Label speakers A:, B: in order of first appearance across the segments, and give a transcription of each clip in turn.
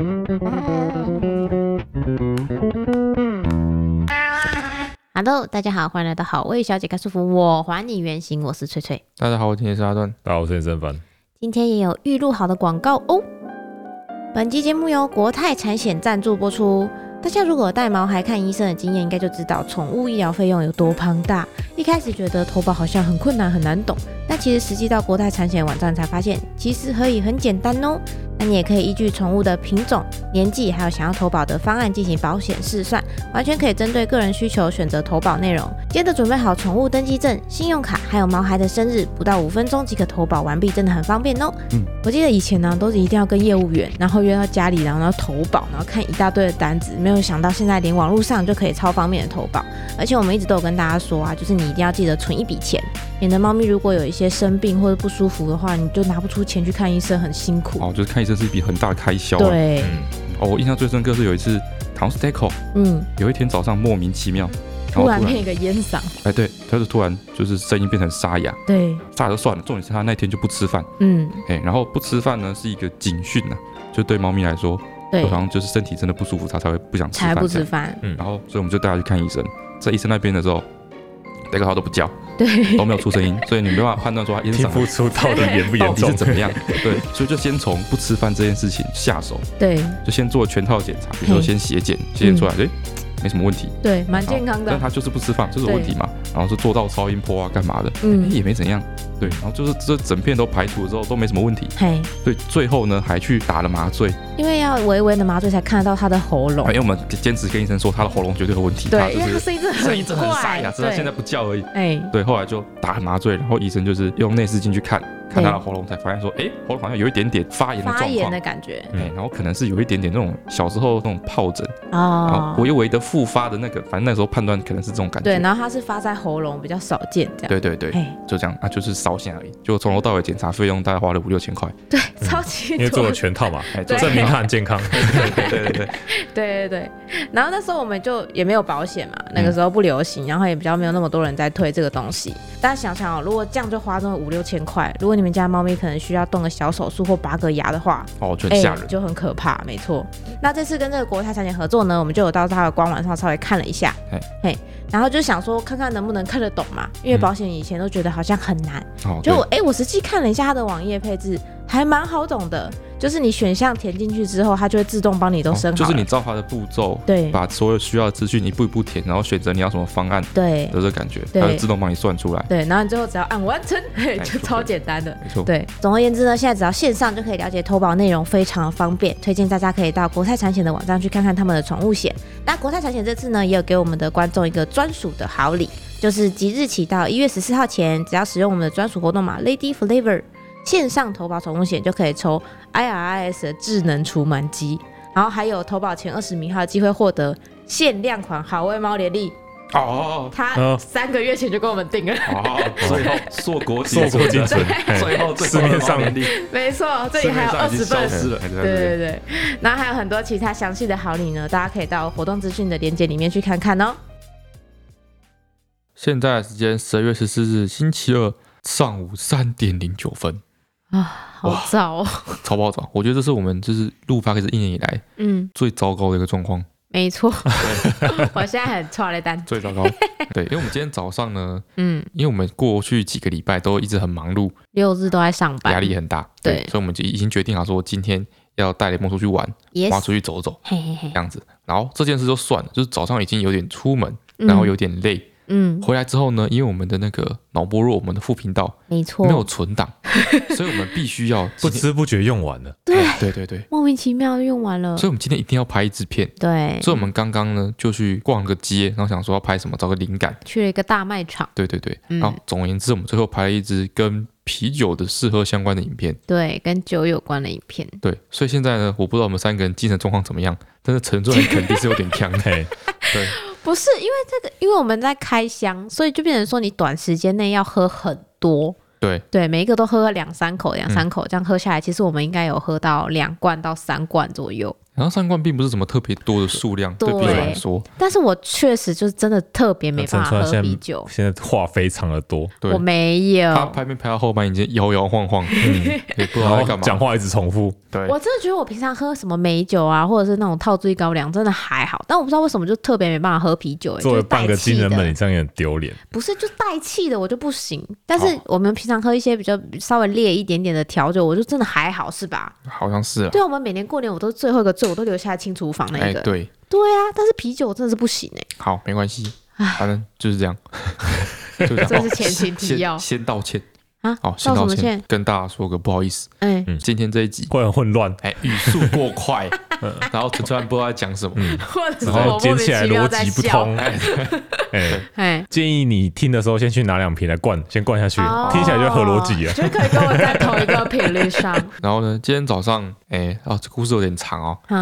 A: 嗯 Hello，大家好，欢迎来到好味小姐开束缚，我还你原形，我是翠翠。
B: 大家好，我今天是阿段。
C: 大家好，我是沈凡。
A: 今天也有预录好的广告哦。本期节目由国泰产险赞助播出。大家如果有带毛孩看医生的经验，应该就知道宠物医疗费用有多庞大。一开始觉得投保好像很困难很难懂，但其实实际到国泰产险网站才发现，其实可以很简单哦。那你也可以依据宠物的品种、年纪，还有想要投保的方案进行保险试算，完全可以针对个人需求选择投保内容。接着准备好宠物登记证、信用卡，还有毛孩的生日，不到五分钟即可投保完毕，真的很方便哦。我记得以前呢，都是一定要跟业务员，然后约到家里，然后要投保，然后看一大堆的单子。没有想到现在连网络上就可以超方便的投保，而且我们一直都有跟大家说啊，就是你一定要记得存一笔钱，免得猫咪如果有一些生病或者不舒服的话，你就拿不出钱去看医生，很辛苦。
B: 哦，就是看医生是一笔很大的开销、啊。。
A: 对，
C: 嗯，
B: 哦，我印象最深刻是有一次，好像是 Deco，
A: 嗯，
B: 有一天早上莫名其妙，然后
A: 突
B: 突
A: 然
B: 然，
A: 配一个烟嗓，
B: 哎，对，他就突然就是声音变成沙哑，
A: 对，
B: 沙哑就算了，重点是他那天就不吃饭，
A: 嗯，
B: 哎，然后不吃饭呢是一个警讯呐、就对猫咪来说，
A: 对
B: 就，好像就是身体真的不舒服，它才会不想吃
A: 才
B: 饭
A: 不
B: 这
A: 吃
B: 样。
A: 饭，
B: 然后，所以我们就带它去看医生，在医生那边的时候，Deco 他都不叫，
A: 对，
B: 都没有出哦声音，所以你没办法判断说他咽
C: 听
B: 上
C: 不出到底严 不
B: 到
C: 严
B: 底
C: 重
B: 是。怎么样，对，所以就先从不吃饭这件事情下手。
A: 对，
B: 就先做全套检查，比如说
A: 嘿
B: 先血检，血检出来，诶，没什么问题，
A: 对，蛮健康
B: 但
A: 的，
B: 他就是不吃饭，这是有问题嘛。然后就做到超音波啊，干嘛的，诶
A: 嗯，
B: 也没怎样。对，然后就是这整片都排除了之后都没什么问题，
A: 嘿，
B: 对，最后呢还去打了麻醉，
A: 因为要微微的麻醉才看得到他的喉咙
B: 因，为我们坚持跟医生说他的喉咙绝对有问题，哎他
A: 哦对，因
B: 就
A: 为他
B: 是
A: 声音真的
B: 声音
A: 很
B: 真的很沙
A: 怪，
B: 哑，只是他现在不叫而已。
A: 哎、
B: 对，后来就打了麻醉，然后医生就是用内视镜去看，看他的
A: 嘿
B: 喉咙，才发现说，诶，喉咙好像有一点点发炎的
A: 发
B: 状
A: 炎
B: 况
A: 的，感觉
B: 哎，然后可能是有一点点那种小时候那种疱疹。
A: 哦
B: 啊，。微微的复发的那个，反正那时候判断可能是这种感觉。
A: 对，然后它是发在喉咙，比较少见这样。
B: 对对对
A: 嘿，
B: 就这样啊，就是烧线而已。就从头到尾检查费用大概花了五六千 块，
A: 对，超级
C: 因为做
A: 多
C: 了。全套嘛，
B: 哎，
A: 对
B: 就
C: 证明他很健康。
B: 对对对对，
A: 对对对。然后那时候我们就也没有保险嘛，那
B: 嗯
A: 个时候不流行，然后也比较没有那么多人在推这个东西。大家想想哦，如果这样就花那五六千块，如果你们家猫咪可能需要动个小手术或拔个牙的话，
B: 哦，就
A: 哎，
B: 很吓人。
A: 就很可怕，没错。那这次跟这个国泰产险合作呢，我们就有到它的官网上稍微看了一下
B: 嘿，
A: 嘿，然后就想说看看能不能看得懂嘛，因为
C: 嗯
A: 保险以前都觉得好像很难，
B: 哦，
A: 就
B: 对
A: 我，哎、我实际看了一下它的网页配置，还蛮好懂的，就是你选项填进去之后，它就会自动帮你都
B: 哦
A: 升好
B: 就
A: 了、
B: 是你照它的步骤，
A: 对
B: 把所有需要的资讯一步一步填，然后选择你要什么方案的
A: 对
B: 这个感觉，
A: 对
B: 它就自动帮你算出来。
A: 对，然后你最后只要按完 成，嘿，
B: 哎
A: 就
B: 就
A: 超
B: 可以
A: 简单的。
B: 没错，
A: 对，总而言之呢，现在只要线上就可以了解投保内容，非常方便。推荐大家可以到国泰产险的网站去看看他们的宠物险。那国泰产险这次呢，也有给我们的观众一个专属的好礼，就是即日起到一月十四号前，只要使用我们的专属活动码 Lady Flavor 线上投保宠物险，就可以抽 IRIS 的智能除螨机，然后还有投保前二十名还有机会获得限量款好味猫连利，
B: 哦
A: 它
C: 哦
A: 三个月前就跟我们订了，
B: 哦哦， 最后硕果仅
C: 硕果仅存，嘿
B: 最后最后
C: 市面上
B: 的利
A: 没错，这
B: 市
A: 里还有
B: 面上
A: 二
B: 已
A: 十
B: 经消
A: 份。
B: 失了，哎对
A: 对对对，然后还有很多其他详细的好礼呢，大家可以到活动资讯的链接里面去看看哦。
B: 现在时间十二月十四日星期二上午三点零九分，
A: 啊，
B: 哇
A: 好早哦。
B: 超不好找。我觉得这是我们就是录 p o d 一年以来
A: 嗯，
B: 最糟糕的一个状况，
A: 没错， 我现在很错了单。
B: 最糟糕。对，因为我们今天早上呢，
A: 嗯，
B: 因为我们过去几个礼拜都一直很忙碌，
A: 六日都在上班，
B: 压力很大，
A: 对
B: 所以我们就已经决定好说，今天要带雷梦出去玩，
A: 也
B: 我要出去走走
A: 嘿嘿嘿
B: 这，样子。然后这件事就算了，就是早上已经有点出门，然后有点累。
A: 嗯，嗯
B: 回来之后呢，因为我们的那个脑波弱，我们的副频道
A: 没错，
B: 没有存档，所以我们必须要哎
C: 不知不觉用完了，
A: 对，
B: 对对对，
A: 莫名其妙用完了
B: 所以。我们今天一定要拍一支片。
A: 对，
B: 所以我们刚刚呢就去逛个街，然后想说要拍什么，找个灵感。
A: 去了一个大卖场，
B: 对对对，
A: 嗯
B: 然后总而言之，我们最后拍了一支跟啤酒的适合相关的影片。
A: 对，跟酒有关的影片。
B: 对，所以现在呢，我不知道我们三个人精神状况怎么样，但是陈卓仁肯定是有点 呛的。
C: 嘿，
B: 对，
A: 不是因为这个，因为我们在开箱，所以就变成说你短时间内要喝很多。
B: 对
A: 对，每一个都喝两三口，两三口、这样喝下来，其实我们应该有喝到两罐到三罐左右。
B: 然后三罐并不是什么特别多的数量，对啤酒来说，
A: 但是我确实就是真的特别没办
C: 陈
A: 法
C: 川
A: 喝
C: 现
A: 啤
C: 在
A: 酒，
C: 现在话非常的多，
B: 对
A: 我，没有，
B: 他排片排到后半已经摇摇晃 晃，嗯，也不知道
C: 然后
B: 在干嘛。
C: 讲话一直重复，
B: 对，
A: 我真的觉得我平常喝什么美酒啊，或者是那种套醉高粱，真的还好。但我不知道为什么就特别没办法喝啤酒、欸，
C: 作
A: 就
C: 为
A: 是带
C: 半个
A: 气
C: 金
A: 的，
C: 人们，你这样也很丢脸。
A: 不是就带气的我就不行。但是我们平常喝一些比较稍微烈一点点的调酒，我就真的还好，是吧？
B: 好像是啊，
A: 对啊，我们每年过年我都最后一个醉，我都留下来清厨房那
B: 哎
A: 一个。，
B: 对，
A: 对啊，但是啤酒我真的是不行哎、
B: 好，没关系，反正就是 这样，就是这
A: 这
B: 样。
A: 是
B: 哦
A: 前情提要
B: 先先道歉，
A: 啊。
C: 哦
B: 好，先
A: 道什
B: 道
A: 么
B: 歉
A: 歉？，
B: 跟大家说个不好意思，
A: 哎、
C: 嗯
B: 今天这一集，
C: 会很 混乱，
B: 哎，语速过快，然后陈川不知道在讲什么，
A: 或者是
C: 然
A: 我
C: 后
A: 莫
C: 捡
A: 名
C: 起来
A: 其
C: 逻
A: 妙在
C: 辑不
A: 笑，
C: 通。 哎，
A: 哎。
C: 建议你听的时候先去拿两瓶来灌，先灌下去
A: 哦，
C: 听起来就合逻辑了。
A: 就可以跟我在同一个频率上。
B: 然后呢，今天早上，哎，哦，这故事有点长哦，
A: 嗯，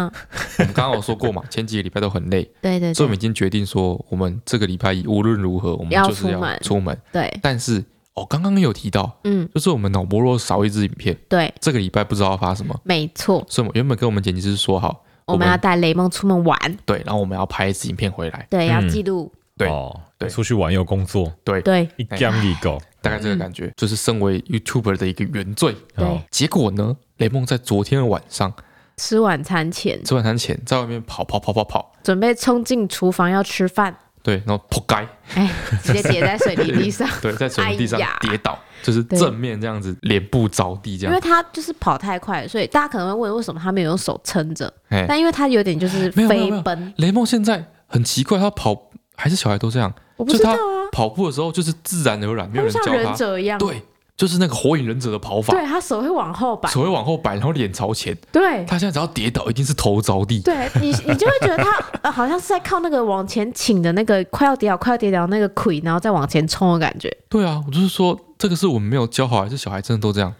B: 我们刚刚有说过嘛，前几个礼拜都很累，
A: 对对
B: 所以
A: 对
B: 我们已经决定说，我们这个礼拜一无论如何，我们
A: 要
B: 就是
A: 出门
B: 要出门。
A: 对，
B: 但是哦，刚刚有提到，
A: 嗯
B: 就是我们脑波若少一支影片，
A: 对，
B: 这个礼拜不知道要发什么，
A: 没错。
B: 所以我们原本跟我们剪辑师说好，
A: 我们要带雷蒙出门玩，
B: 对，然后我们要拍一支影片回来，
A: 对，
C: 嗯
A: 要记录，
B: 对
C: 哦
B: 对
C: 出去玩又工作，
B: 对，
A: 对
C: 一gang 一狗，
A: 嗯
B: 大概这个感觉，就是身为 YouTuber 的一个原罪。
A: 哎对
C: 哦，
B: 结果呢，雷梦在昨天的晚上
A: 吃晚餐前
B: 吃晚餐前，在外面跑跑跑跑跑，
A: 准备冲进厨房要吃饭，
B: 对，然后扑街，，
A: 哎，直接跌在水泥地上
B: 对，在水泥地上
A: 哎呀
B: 跌倒，就是
A: 对
B: 正面这样子，脸部着地这
A: 因为
B: 样，
A: 他就是跑太快了，所以大家可能会问为什么他没有用手撑着，
B: 哎，
A: 但因为他有点就是
B: 没有没有
A: 飞
B: 没有
A: 奔，
B: 雷梦现在很奇怪，他跑还是小孩都这样，
A: 我不
B: 就
A: 知道
B: 他
A: 啊，
B: 跑步的时候就是自然而然，没
A: 他
B: 有
A: 就
B: 人
A: 像
B: 教
A: 忍
B: 他，
A: 者一样，
B: 对，就是那个火影忍者的跑法，
A: 对，他手会往后摆，
B: 手会往后摆，然后脸朝前，
A: 对。
B: 他现在只要跌倒，一定是头着地，
A: 对你，你就会觉得他、呃、好像是在靠那个往前倾的那个快要跌倒、快要跌倒那个腿，然后再往前冲的感觉。
B: 对啊，我就是说这个是我们没有教好，还是小孩真的都这样？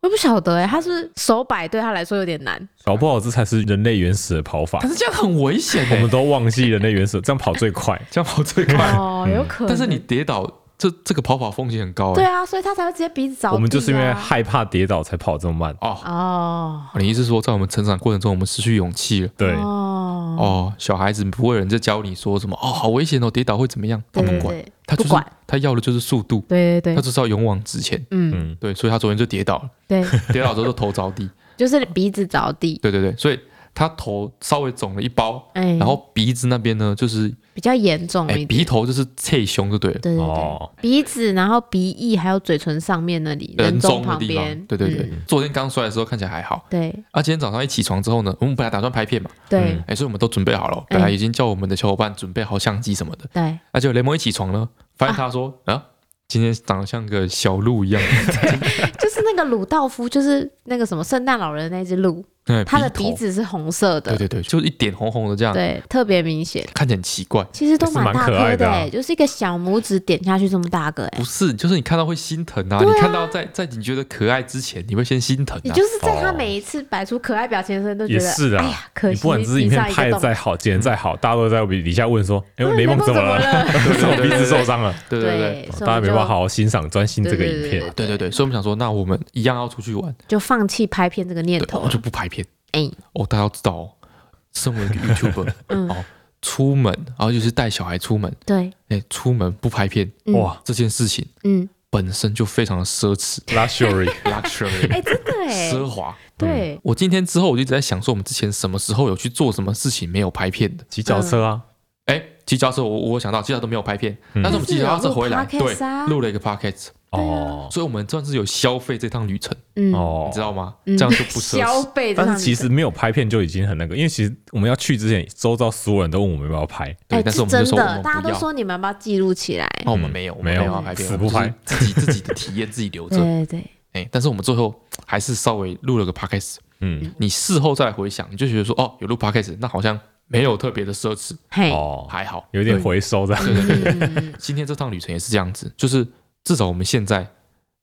A: 我不晓得哎、他是不是手摆对他来说有点难。
C: 搞不好这才是人类原始的跑 法
B: 但。是这样很危险
C: 我
B: 欸，
C: 们都忘记人类原始，这样跑最快。
B: 这样跑最快。
A: 哦，有可能。
B: 哎但是你跌倒，这这个跑法风险很高
A: 对
B: 哎。
A: 啊，所以他才会直接鼻子着地、啊。
C: 我们就是因为害怕跌倒才跑这么慢。
B: 哦，
A: 哦，
B: 你意思是说，在我们成长过程中，我们失去勇气了？
C: 对，
A: 哦，
B: 哦，小孩子不会有人在教你说什么哦，好危险哦，跌倒会怎么样？他
A: 对
B: 不
A: 对
B: 管，
A: 对，
B: 他就
A: 不
B: 是
A: 管
B: 他要的就是速度，
A: 对对
B: 他
A: 对，
B: 就是要勇往直前。
A: 嗯，
C: 嗯，
B: 对，所以他昨天就跌倒 了，
A: 对，
B: 跌倒之后就头着地。
A: 就是鼻子着 地，
B: 对对对，所以他头稍微肿了一包，
A: 哎，
B: 然后鼻子那边呢，就是
A: 比较严重
B: 哎
A: 一点。
B: 鼻头就是侧胸就对了，
A: 对对对，
C: 哦，
A: 鼻子，然后鼻翼，还有嘴唇上面那里，人
B: 中的
A: 旁
B: 地
A: 边
B: 方。，对对对
A: 嗯，
B: 昨天刚摔的时候看起来还好，
A: 对
B: 啊，今天早上一起床之后呢，我们本来打算拍片嘛，
A: 对
B: 哎，所以我们都准备好了，本
A: 嗯
B: 来已经叫我们的小伙伴准备好相机什么的，
A: 对，
B: 那就雷蒙一起床呢，发现他说啊，今天长得像个小鹿一样，
A: 就是那个鲁道夫，就是那个什么圣诞老人的那只鹿，
B: 哎
A: 它的
B: 头
A: 鼻子是红色的
B: 对，对对，就是一点红红的这样，
A: 对，特别明显。
B: 看起来很奇怪。
A: 其实都蛮大
C: 还是蛮可
A: 颗
C: 爱的
A: 哎、
C: 啊
A: 就是一个小拇指点下去这么大个哎、
B: 不是，就是你看到会心疼啊！
A: 对啊
B: 你看到在在你觉得可爱之前，你会先心疼
A: 你
B: 啊
A: 就。是在他
C: 哦
A: 每一次摆出可爱表情的时候，都觉
C: 也
A: 得
C: 是啊
A: 哎呀，可
C: 你
A: 惜
C: 不管这支影
A: 地
C: 片
A: 上一个
C: 拍的
A: 洞
C: 再好，剪的再好，大家都在底下问说：“哎，
A: 哎
C: 雷
A: 雷
C: 蒙
A: 蒙怎
C: 怎么
A: 么
C: 了？
A: 了
C: 为什么鼻子受伤了
B: 对对对
A: 对？”，所以我
C: 大家
A: 们
C: 没
A: 就
C: 办法好好欣赏、专心这个
A: 对
C: 影
A: 对
C: 片。
B: 对对对，所以我们想说，那我们一样要出去玩，
A: 就放弃拍片这个念
B: 对，我
A: 头
B: 们。就不拍片。
A: 哎，
B: 哦，大家要知道哦，身为一个 YouTuber，
A: 嗯
B: 哦，出门，然后就是带小孩出门，
A: 对，
B: 哎，出门不拍片，
A: 嗯
C: 哇
B: 这件事情
A: 嗯，
B: 本身就非常的奢 侈
C: ，luxury，
B: ，luxury，
A: 哎，真的哎，
B: 奢华。
A: 对，
B: 我今天之后，我就一直在想说，我们之前什么时候有去做什么事情没有拍片的？
C: 骑脚车啊，
B: 哎，骑脚车，我我想到骑脚都没有拍片，
C: 嗯
B: 但是我们骑脚车回来，
A: 但是有录
B: 对
A: podcast 啊，
B: 录了一个 podcast。
C: 哦
B: 所以我们算是有消费这趟旅程，
A: 嗯，
C: 哦
B: 你知道吗？这
A: 嗯
B: 样就不奢
A: 消
B: 侈。
A: 费这
C: 但
A: 上面，
C: 是其实没有拍片就已经很那个，因为其实我们要去之前，周遭所有人都问我们要不要拍，
A: 哎，
B: 对，但是我们
A: 真
B: 就说我
A: 的，
B: 们
A: 大家
B: 不
A: 都
B: 要。哦
A: 说你们要不要记录起来？
B: 那我们没有，
C: 嗯
B: 我们没有要拍片，
C: 没有死不拍，
B: 自己自己的体验自己 留
A: 对
B: 着。
A: 对对，
B: 哎，但是我们最后还是稍微录了个 podcast。
C: 嗯，
B: 你事后再回想，你就觉得说，哦，有录 podcast，那好像没有特别的奢侈，
A: 嘿，
C: 哦，
B: 还好。
C: 有点回收这样，
A: 哎嗯，
B: 今天这趟旅程也是这样子，就是至少我们现在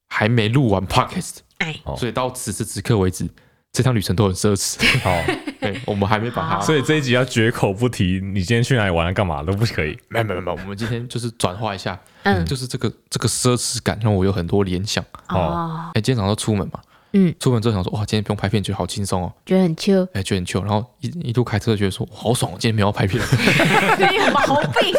B: 还没录完 podcast，
A: 哎，
C: 哦
B: 所以到此时此刻为止，这趟旅程都很奢侈。
C: 哦，
B: 对，我们还没把它
A: 好
C: 所以这一集要绝口不提你今天去哪里玩啊干嘛都不可以，
B: 哎没有没有没有，我们今天就是转化一下，
A: 嗯
B: 就是这个这个奢侈感让我有很多联想。
A: 哦，
B: 哎，今天早上出门嘛，
A: 嗯，
B: 出门之后想说，哇，今天不用拍片，觉得好轻松哦，
A: 觉得很 Q，
B: 哎，觉得很 Q。然后一一路开车，觉得说，哇好爽，哦我今天没有要 拍片，
A: 你有毛病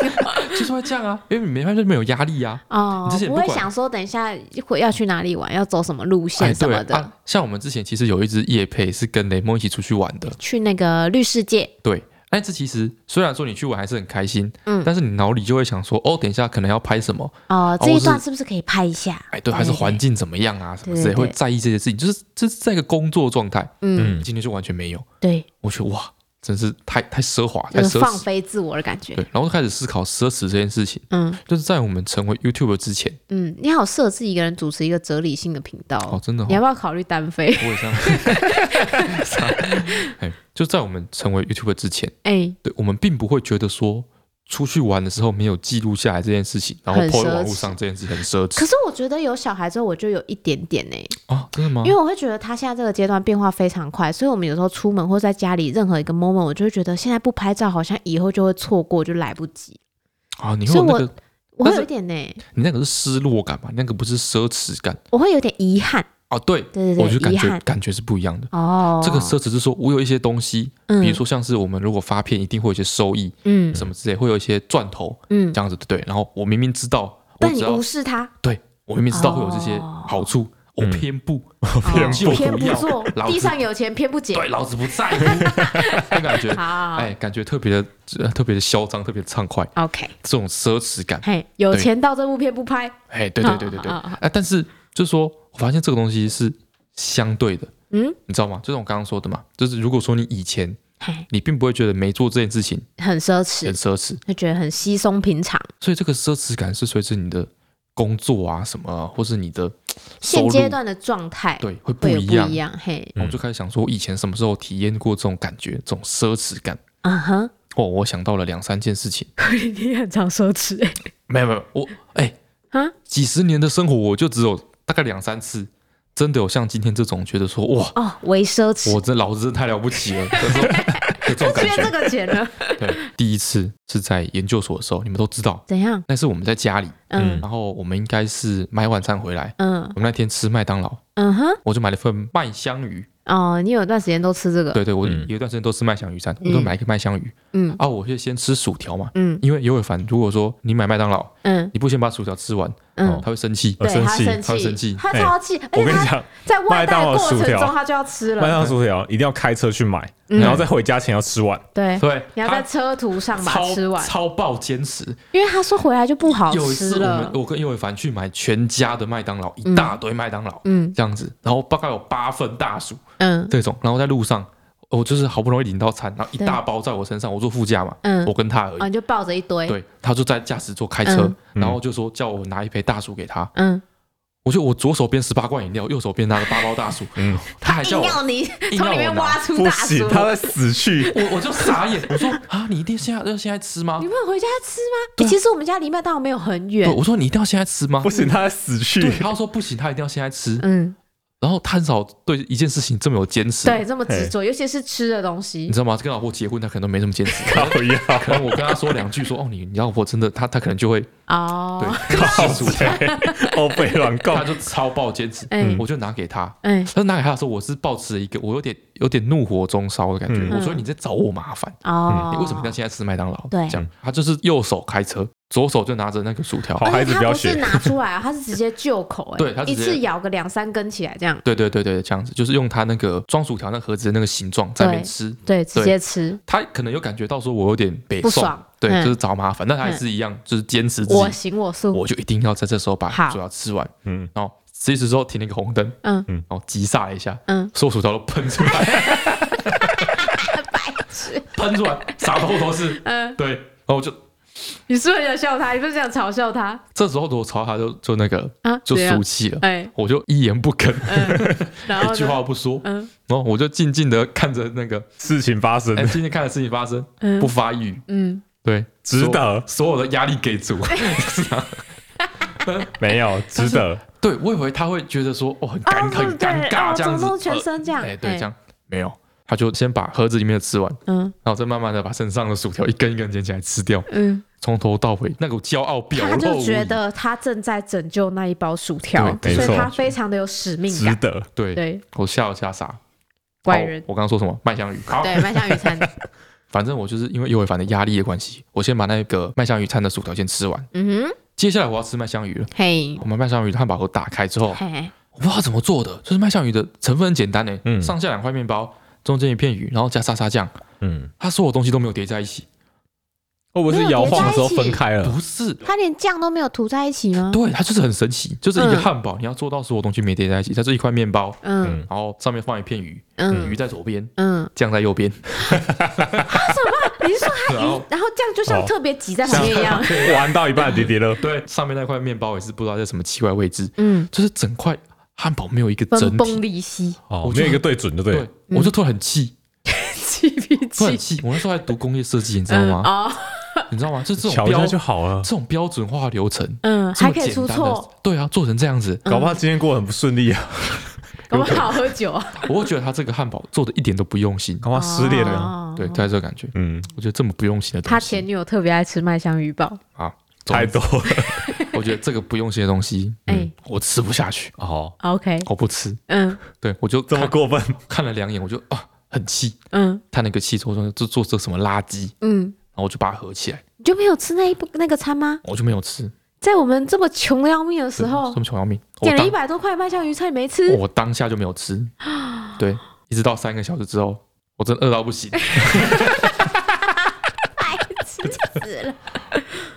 B: 就是会这样啊，因为你没拍就没有压力啊。
A: 哦
B: 你之，前
A: 不
B: 不
A: 会
B: 管
A: 想说等一下会要去哪里玩，要走什么路线
B: 哎，
A: 什
B: 对
A: 么的，
B: 啊，像我们之前其实有一支夜配是跟雷梦一起出去玩的，
A: 去那个绿世界，
B: 对。但是其实虽然说你去玩还是很开心，
A: 嗯
B: 但是你脑里就会想说，哦，等一下可能要拍什么，
A: 哦，
B: 或
A: 这一
B: 是
A: 段是不是可以拍一下？
B: 哎，对，还是环境怎么样啊，什么之
A: 对
B: 类，
A: 对
B: 会在意这些事情，就是这是在一个工作状态。
A: 嗯，
C: 嗯，
B: 今天就完全没有，
A: 对，
B: 我觉得哇，真是太太奢华，太
A: 就是
B: 哎奢
A: 放
B: 侈。
A: 飞自我的感觉
B: 对，，然后开始思考奢侈这件事情，
A: 嗯
B: 就是在我们成为 YouTuber 之前，
A: 嗯，你好适合自己一个人主持一个哲理性的频道哦
B: 哦，真的、哦
A: 你，要不要考虑单飞？
B: 我也这样。傻 哎，就在我们成为 YouTuber 之前，
A: 哎，
B: 对我们并不会觉得说出去玩的时候没有记录下来这件事情，然后
A: 很
B: po 在
A: 奢
B: 网络
A: 侈
B: 上这件事情很奢侈
A: 可是我觉得有小孩之后，我就有一点点欸呢、
B: 啊，真的吗
A: 因？为我会觉得他现在这个阶段变化非常快，所以我们有时候出门或在家里任何一个 moment，我就会觉得现在不拍照，好像以后就会错过，就来不及。
B: 啊，你会
A: 所以
B: 有那
A: 我
B: 个，
A: 我
B: 但
A: 会
B: 是
A: 有一点呢、
B: 你那个是失落感嘛？你那个不是奢侈感
A: 我会有点遗憾，
B: 哦，对，
A: 对
B: 我
A: 对
B: 觉得
A: 对，
B: 感
A: 遗
B: 觉
A: 憾
B: 感觉是不一样的。
A: 哦。
B: 这个奢侈是说，我有一些东西，
A: 嗯，
B: 比如说像是我们如果发片，一定会有一些收益，
A: 嗯
B: 什么之类，会有一些赚头
A: 嗯，
B: 这样子，对。然后我明明知道，我
A: 但你
B: 只要
A: 无视 他，
B: 我明明知道会有这些
A: 哦
B: 好处，我
C: 嗯
B: 偏不，
A: 哦
B: 就不
A: 偏不
B: 要
A: 做，
B: 老
A: 地
B: 子
A: 上有钱偏不捡。
B: 对，老子不 在乎，那感觉，
A: 好
B: 哎，感觉特别的呃特别的嚣张，特别的畅快，
A: ，OK，
B: 这种奢侈感，
A: 嘿，有
B: 对
A: 钱到这部片不拍，
B: 哎，对对对对对，
A: 好好好
B: 哎，但是就是说我发现这个东西是相对的，
A: 嗯，
B: 你知道吗？就是我刚刚说的嘛，就是如果说你以前
A: 嘿，
B: 你并不会觉得没做这件事情
A: 很奢侈，
B: 很奢侈，
A: 就觉得很稀松平常。
B: 所以这个奢侈感是随着你的工作啊什么啊，或是你的收
A: 现
B: 入，
A: 阶段的状态
B: 对会不
A: 会有
B: 一
A: 不
B: 样
A: 一。样，嘿，
B: 然后我就开始想说，我以前什么时候体验过这种感觉，这种奢侈感？
A: 嗯哼，
B: 哦，我想到了两三件事情。
A: 你很常奢侈欸
B: 没有没有，我哎、
A: 啊
B: 几十年的生活，我就只有大概两三次，真的有像今天这种觉得说，哇，
A: 哦，为奢侈，
B: 我这老子真的太了不起了，这种这种感
A: 缺这
B: 觉。
A: 个钱了，
B: 对，第一次是在研究所的时候，你们都知道，
A: 怎样？
B: 那是我们在家里，
A: 嗯
C: 嗯
B: 然后我们应该是买晚餐回来，
A: 嗯
B: 我们那天吃麦当劳，
A: 嗯哼，
B: 我就买了份麦香鱼。
A: 哦，你有段时间都吃这个，
B: 对对，我
C: 嗯
B: 有一段时间都吃麦香鱼餐，我都买一个麦香鱼
A: 嗯
B: 啊，我会先吃薯条嘛。
A: 嗯
B: 因为尤伟凡，如果说你买麦当劳，
A: 嗯
B: 你不先把薯条吃完，
A: 嗯，
B: 他会哦呃生气。
C: 我
A: 对，
C: 生
A: 他
C: 气
A: 生
B: 他会生气
A: 他
C: 哎
A: 超气，
C: 我
A: 而
C: 跟
A: 且
C: 你
A: 他
C: 讲，
A: 在外带
C: 麦当
A: 的
C: 劳
A: 过
C: 薯
A: 程
C: 条
A: 中他就要吃
C: 麦
A: 了，
C: 当劳薯条一定要开车去买，
A: 啊嗯
C: 然后在回家前要 吃完。
A: 对，
B: 对，
A: 你要
B: 他
A: 在车途上把它
B: 超
A: 吃完，
B: 超爆坚持。
A: 因为他说回来就不好
B: 有一
A: 吃
B: 次我们
A: 了，
B: 我跟叶伟凡去买全家的麦当劳，一大堆麦当劳、
A: 嗯
B: 这样子，然后大概有八份大薯
A: 嗯
B: 这种，然后在路上。我就是好不容易领到餐，然后一大包在我身上，我坐副驾嘛，
A: 嗯
B: 我跟他而已。
A: 啊，你就抱着一堆，
B: 对，他就在驾驶座开车，
C: 嗯
B: 然后就说叫我拿一杯大薯给他。
A: 嗯，
B: 我就我左手边十八罐饮料，右手边拿着八包大薯，
C: 嗯，
B: 他还叫
A: 硬
B: 我，
A: 要你
B: 硬
A: 从
B: 要
A: 里面
B: 我拿
A: 挖出
C: 不
A: 大
C: 行
A: 叔，，
C: 他在死去。
B: 我我就傻眼，我说啊，你一定现在要现在吃吗
A: 你？们有回家吃吗？
B: 对啊
A: 欸其实我们家离麦当劳没有很
B: 对，
A: 远，
B: 我说你一定要现在吃吗
C: 不？行，他在死去。
B: 对，他说不行，他一定要现在吃。
A: 嗯，
B: 然后他很少对一件事情这么有坚持，
A: 对，，这么执着，尤其是吃的东西
B: 你，知道吗？跟老婆结婚，他可能都没这么坚持。
C: 靠呀，
B: 可能我跟他说两句说，哦，你你老婆真的，他他可能就会
A: 哦，
B: 嗯对细数，
C: 哦，被乱
B: 他
C: 告。
B: 就超爆坚持
A: 哎，
B: 我就拿给他。
A: 哎，
B: 但是拿给他的时候，我是抱持一个我有点有点怒火中烧的感觉。
C: 嗯
B: 我说你在找我麻烦，
A: 哦，
B: 嗯你为什么要现在吃麦当劳？
A: 对
B: 这样他就是右手开车，左手就拿着那个薯条。
C: 好孩
A: 而且
C: 子
A: 哎他
C: 不要
A: 不是
C: 学
A: 拿出来啊， 他是直接就口，哎，
B: 对他直
A: 一
B: 接
A: 次咬个两三根起来这样，
B: 对对对对，这样子就是用他那个装薯条那盒子的那个形状在那边
A: 对
B: 吃。
A: 对，直接吃，
B: 他可能有感觉到说我有点北
A: 不
B: 宋
A: 爽
B: 对，
A: 嗯
B: 就是找麻烦，但他还是一样，就是坚持自己
A: 我行我素，
B: 我就一定要在这时候把
A: 好
B: 薯条吃完。
C: 嗯，
B: 然后吃一吃之后停了一个红灯，
A: 嗯
B: 然后急刹了一下，
A: 嗯，
B: 所有薯条都喷出来，
A: 白痴，
B: 喷出来，洒的后头是。
A: 嗯，
B: 对，然后我就
A: 你是不是想笑他？你不是想嘲笑他
B: 这时候我朝他就就那个
A: 啊？
B: 就
A: 怎样
B: 输气了，
A: 哎，
B: 我就一言不吭，
A: 然后
B: 一句
A: 呢？
B: 话都不说，
A: 嗯
B: 然后我就静静的看着那个，
C: 事情发生
B: 哎，，静静看着事情发生，
A: 嗯
B: 不发一语，
A: 嗯，
B: 对，
C: 值得
B: 所有的压力给足。
C: 没有值得。
B: 对，我以为他会觉得说，哦，很
A: 啊，对
B: 尴尬，
A: 不
B: 很
A: 对？
B: 尴尬
A: 哦
B: 这样
A: 怎
B: 子
A: 么，都全身这样，
B: 呃哎，对，
A: 哎
B: 这样没有，他就先把盒子里面的吃完，
A: 嗯
B: 然后再慢慢的把身上的薯条一根一根捡起来吃掉，
A: 嗯，
B: 从头到尾那个骄傲表露
A: 他就
B: 无遗
A: 觉得他正在拯救那一包薯条，所
C: 对没错
A: 以他非常的有使命
C: 值
A: 感。
C: 得。
B: 对，
A: 对，
B: 我吓了吓傻。
A: 怪
B: 好
A: 人。
B: 我刚刚说什么？麦香鱼。好，
A: 对，麦香鱼餐，
B: 反正我就是因为尤伟凡的压力的关系，我先把那个麦香鱼餐的薯条先吃完，
A: 嗯哼，
B: 接下来我要吃麦香鱼了。
A: 嘿，
B: 我们麦香鱼汉堡盒打开之后，
A: 嘿，
B: 我不知道怎么做的，就是麦香鱼的成分很简单呢、
C: 嗯
B: 上下两块面包，中间一片鱼，然后加沙沙酱，
C: 嗯，
B: 它所有东西都没有叠在一起，
C: 会不会是摇晃的时候分开了？
B: 不是。
A: 他连酱都没有涂在一起吗？
B: 对，它就是很神奇，就是一个
A: 嗯
B: 汉堡，你要做到所有东西没叠在一起，它就是一块面包，
A: 嗯
C: 嗯，
B: 然后上面放一片鱼，
A: 嗯
B: 鱼在左边，
A: 嗯，
B: 酱在右 边，
A: 你是说他
B: 然后
A: 鱼，然后酱就像
C: 哦
A: 特别挤在旁边一 样？
C: 玩到一半叠叠乐，
B: 对，上面那块面包也是不知道在什么奇怪位置，
A: 嗯，
B: 就是整块汉堡没有一个
A: 分
B: 整体
A: 崩。离析，
C: 哦
B: 我，觉得
C: 没有一个对准就对了
B: 对，，我就突然很气，
A: 气脾
B: 突然很
A: 气，
B: 气。我那时候还读工业设计，你知道
A: 嗯
B: 吗？
A: 哦，
B: 你知道吗？就这种
C: 瞧一
B: 标
C: 下
B: 这
C: 就好了。
B: 种标准化流程，
A: 嗯，
B: 这
A: 还
B: 么
A: 可以
B: 简
A: 出
B: 单
A: 错，
B: 的，对啊，做成这样子，
C: 搞不好今天过得很不顺利啊，
A: 我们好喝酒 啊，
B: 我会觉得他这个汉堡做的一点都不用心。
C: 搞不好失恋了。
A: 哦
B: 对，大概这个感觉，
C: 嗯，
B: 我觉得这么不用心的东西，
A: 他前女友特别爱吃麦香鱼堡，
B: 啊，总
C: 太 多了。
B: 我觉得这个不用心的东西，嗯
A: 哎
B: 我吃不下去，
C: 哦，
A: ，OK，
B: 我不吃。
A: 嗯
B: 对，我就
C: 这么
B: 看
C: 过分，
B: 看了两眼，我就啊很气，
A: 嗯
B: 叹了一个气之后说这做这什么垃圾，
A: 嗯，
B: 然后我就把它合起来，
A: 你就没有吃那一部那个餐吗？
B: 我就没有吃。
A: 在我们这么穷的要命的时候
B: 这，么哦穷要命，我
A: 点了
B: 当
A: 一百多块麦香鱼菜没吃，
B: 我当下就没有吃，
A: 啊
B: 对，一直到三个小时之后，我真的饿到 不行，
A: 白痴死了。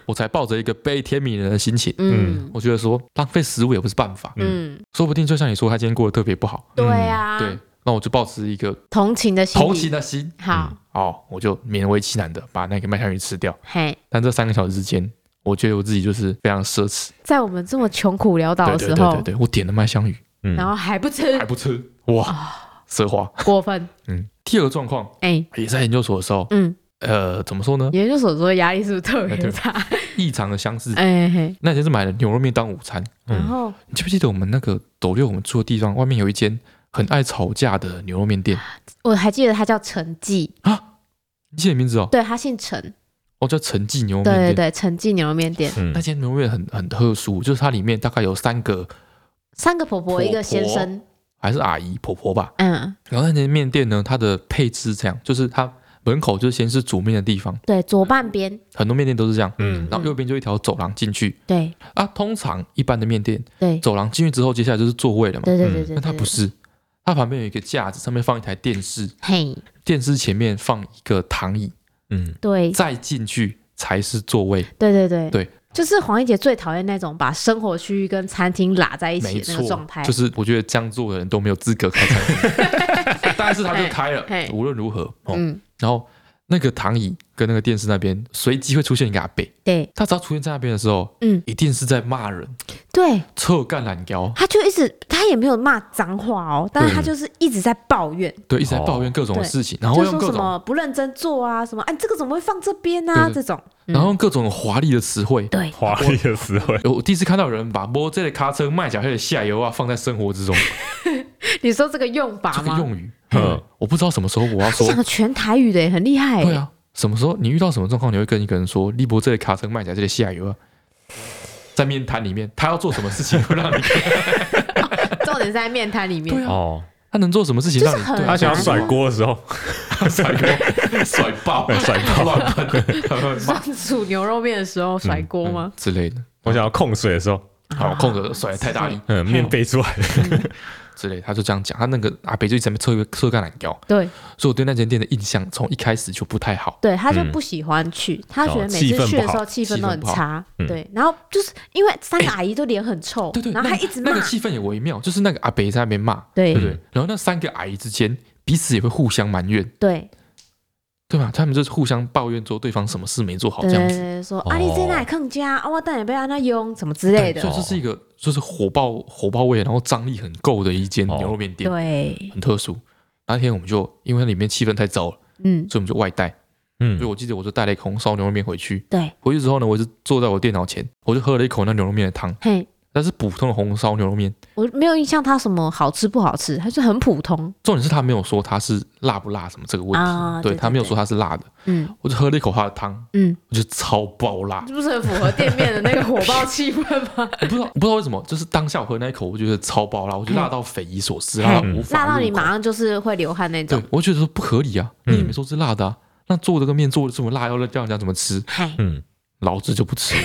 B: 我才抱着一个悲天悯人的心情，
A: 嗯
B: 我觉得说浪费食物也不是办法，
A: 嗯，
B: 说不定就像你说，他今天过得特别不好，
A: 对啊，
B: 嗯对，那我就抱持一个
A: 同情的心理，
B: 同情的心，
A: 好，
B: 哦，我就勉为其难的把那个麦香鱼吃掉。
A: 嘿，
B: 但这三个小时之间，我觉得我自己就是非常奢侈，
A: 在我们这么穷苦潦倒
B: 对
A: 的
B: 对对
A: 时
B: 对
A: 候，
B: 对，我点了麦香鱼
C: 嗯
A: 然后还不吃
B: 还，不吃，哇，
A: 啊
B: 奢华。
A: 过分，
B: 嗯，第二个状况
A: 哎，
B: 也在研究所的时候，
A: 嗯，
B: 呃，怎么说呢？
A: 研究所说的压力是不是特
B: 哎
A: 别
B: 对
A: 大？
B: 异常的相似。
A: 哎嘿，
B: 那天是买了牛肉面当午餐，
A: 然后
B: 你记不记得我们那个斗六我们住的地方外面有一间很爱吵架的牛肉面店？
A: 我还记得他叫陈记，
B: 你记得名字哦？
A: 对他姓陈，
B: 哦，叫陈记牛肉面
A: 对对
B: 店。
A: 对，陈记牛肉面店，
C: 嗯
B: 那间牛肉面很很特殊，就是它里面大概有三个
A: 三个婆婆一个先生，
B: 还是阿姨婆婆吧。
A: 嗯，
B: 然后那间面店呢，它的配置是这样，就是它门口就是先是煮面的地方，
A: 对，左半边，
B: 很多面店都是这样。
C: 嗯
B: 然后右边就一条走廊进去
A: 对
B: 啊，通常一般的面店
A: 对
B: 走廊进去之后，接下来就是座位了嘛。
A: 对对对对，
B: 但它
A: 对
B: 嗯不，是，它旁边有一个架子，上面放一台电视，
A: 嘿，
B: 电视前面放一个躺椅，
C: 嗯，
A: 对
B: 再进去才是座位。
A: 对对对
B: 对。
A: 就是黄奕姐最讨厌那种把生活区域跟餐厅拉在一起的
B: 没
A: 哎那
B: 错
A: 个状态，，
B: 就是我觉得这样做的人都没有资格开餐 厅，但是他就开
A: 嘿
B: 了，
A: 嘿
B: 无论如何哦。
A: 嗯，
B: 然后那个躺椅跟那个电视那边随机会出现一个阿伯，
A: 对，
B: 他只要出现在那边的时候，
A: 嗯，
B: 一定是在骂人，
C: 哦
A: 对，
B: 臭干懒腰，
A: 他就一直，他也没有骂脏话哦，但是
C: 对
A: 他就是一直在抱怨，
B: 对，一直在抱怨各种的
A: 对
B: 事情，然后
A: 就
B: 用
A: 说
B: 各
A: 什
B: 种，
A: 么不认真做啊，什么哎、这个怎么会放这边呢、
B: 对对
A: 这种，嗯
B: 然后用各种华丽的词汇。
A: 对，
C: 华丽的 词汇，
B: 有我第一次看到有人把摸这类卡车卖假黑的下游啊放在生活之中，
A: 你说这个用法
B: 这个
A: 吗？
B: 用语，嗯
C: 嗯，
B: 我不知道什么时候我要
A: 他
B: 说，
A: 讲的全台语的耶很厉害耶，
B: 对啊，什么时候你遇到什么状况，你会跟一个人说利伯这里卡车卖假这里下游啊？在面谈里面，他要做什么事情 会让你？
A: 啊重点是在面谈里面，
B: 对啊，
C: 哦，
B: 他能做什么事情让你？
A: 就是很
B: 对啊
C: 他想要甩锅的时候，
B: 甩 锅、哎甩爆、
C: 甩
B: 爆、乱 喷、
A: 上煮牛肉面的时候甩锅吗？
B: 嗯之类的。
A: 嗯
C: 我想要控水的时候，
A: 啊
B: 好，空格甩得太大力
C: 嗯，面背出来，
B: 之类的，他就这样讲。他那个阿北就一直在那边侧侧干懒腰，
A: 对
B: 所以我对那间店的印象从一开始就不太好。
A: 对，他就
C: 嗯
A: 不喜欢去，他觉得
C: 哦
A: 每
C: 气氛
A: 次去的时
C: 不好
A: 候气
B: 气
A: 氛
B: 氛
A: 都很
B: 不好
A: 差，
C: 嗯
A: 对，然后就是因为三个阿姨都脸很臭，
B: 对对，
A: 然后
B: 那
A: 还一直骂
B: 那，个气氛也微妙，就是那个阿北在那边骂，
A: 对
B: 对不对？然后那三个阿姨之间彼此也会互相埋怨，
A: 对
B: 对吧？他们就是互相抱怨说对方什么事没做好这
A: 对
B: 样
A: 对
B: 子。
A: 对，说
C: 哦
A: 啊你在哪里坑家啊，我等下被安那用什么之类的
B: 所，以这是一个就是火爆火爆味，然后张力很够的一间
C: 哦
B: 牛肉面店，
A: 对，
B: 很特殊。那天我们就因为里面气氛太糟了，
A: 嗯，
B: 所以我们就外带。所以
C: 嗯，
B: 我记得我就带了一口红烧牛肉面回去。
A: 对，
B: 回去之后呢，我就坐在我电脑前，我就喝了一口那牛肉面的汤，
A: 嘿，
B: 但是普通的红烧牛肉面，
A: 我没有印象它什么好吃不好吃，它就很普通。
B: 重点是他没有说它是辣不辣什么这个问题，
A: 啊对对
B: 他没有说它是辣的，
A: 嗯
B: 我就喝了一口他的汤，
A: 嗯，
B: 我觉得超爆辣，
A: 这不 是很符合店面的那个火爆气氛吗？
B: 我不知道我不知道为什么，就是当下我喝那一口，我觉得超爆辣，我觉得辣到匪夷所思，辣到无法
A: 嗯辣到你嗯
B: 入口
A: 马上就是会流汗那种
B: 对。，我觉得说不合理啊，你也没说是辣的啊，那做这个面做的这么辣，要让人家怎么吃？
A: 嗨，
C: 嗯，
B: 老子就不吃。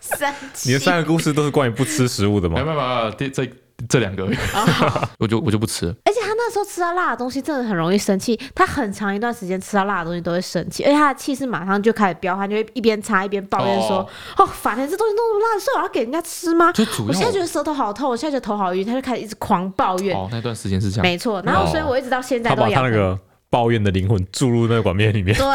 A: 三
C: 你
A: 七
C: 的三个故事都是关于不吃食物的
B: 没有
C: 吗？
B: 没有没有，这这这两个而已， 我就我就不吃了。
A: 而且他那时候吃到辣的东西，真的很容易生气。他很长一段时间吃到辣的东西都会生气，而且他的气是马上就开始飙，他就会一边擦一边抱怨说：“
B: 哦
A: 哦反正这东西弄那么辣，所以我要给人家吃吗？
B: 就主
A: 我现在觉
B: 要
A: 得舌头好痛，我现在觉得头好晕。”他就开始一直狂抱怨。
B: 哦，那段时间是这样，
A: 没错，然后所以我一直到现在
C: 哦他
A: 都
C: 把
A: 养
C: 他
A: 成
C: 那个抱怨的灵魂注入那个碗面里 面。
A: 对，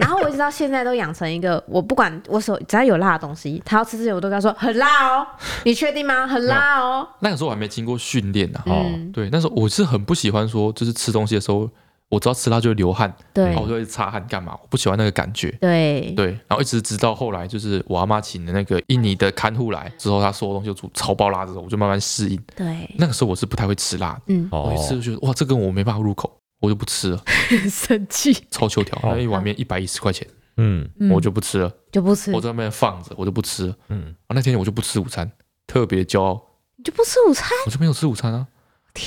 A: 然后我一直到现在都养成一个，我不管我手只要有辣的东西，他要吃之前我都跟他说很辣哦，你确定吗？很辣哦。
B: 那个时候我还没经过训练
C: 哦
B: 呢。
A: 嗯，
B: 对，那时候我是很不喜欢说，就是吃东西的时候，我知道吃辣就会流汗，
A: 对
B: 然
C: 哦
B: 后我就会擦汗干嘛？我不喜欢那个感觉。
A: 对
B: 对，然后一直直到后来，就是我阿妈请的那个印尼的看护来之后，她所有东西就煮超爆辣之后，我就慢慢适应。
A: 对，
B: 那个时候我是不太会吃辣的，
A: 嗯，
B: 我一吃就
C: 哦
B: 觉得哇，这个我没办法入口，我就不吃了，
A: 很 生气，
B: 超秋条，
C: 哦
B: 那一碗面一百一十块钱，
C: 嗯
A: 嗯
B: 我就不吃了，
A: 就不吃，
B: 我在那边放着，我就不吃了。
C: 嗯，
B: 啊，那天我就不吃午餐，特别骄傲，
A: 你就不吃午餐。
B: 我就没有吃午餐啊。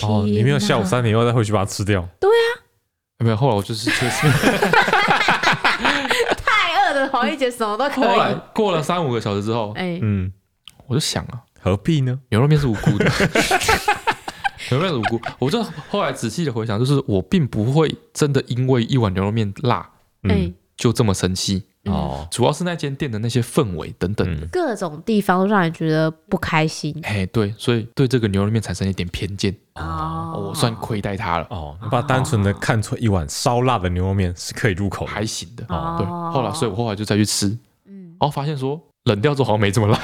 C: 哦，你没有下
A: 天
C: 午
A: 哪啊
C: 三点又再回去把它吃掉，
B: 啊没有，后来我就是确实，
A: 太饿的黄奕姐什么都
B: 后
A: 可
B: 来
A: 以。
B: 过了三五个小时之后，
A: 哎、
C: 嗯，
B: 我就想啊，
C: 何必呢？
B: 牛肉面是无辜的， 牛肉面是无辜。我就后来仔细的回想，就是我并不会真的因为一碗牛肉面辣
A: 哎
C: 嗯，
B: 就这么生气，
A: 嗯
C: 哦，
B: 主要是那间店的那些氛围等等。
C: 嗯，
A: 各种地方都让人觉得不开心
B: 哎，对，所以对这个牛肉面产生一点偏见，
A: 哦
B: 我算亏待他了，
C: 哦，你把单纯的看出一碗烧辣的牛肉面是可以入口的，
B: 还行的。
A: 哦
B: 对，后来，所以我后来就再去吃，然
A: 嗯，
B: 后发现说冷掉之后好像没这么辣，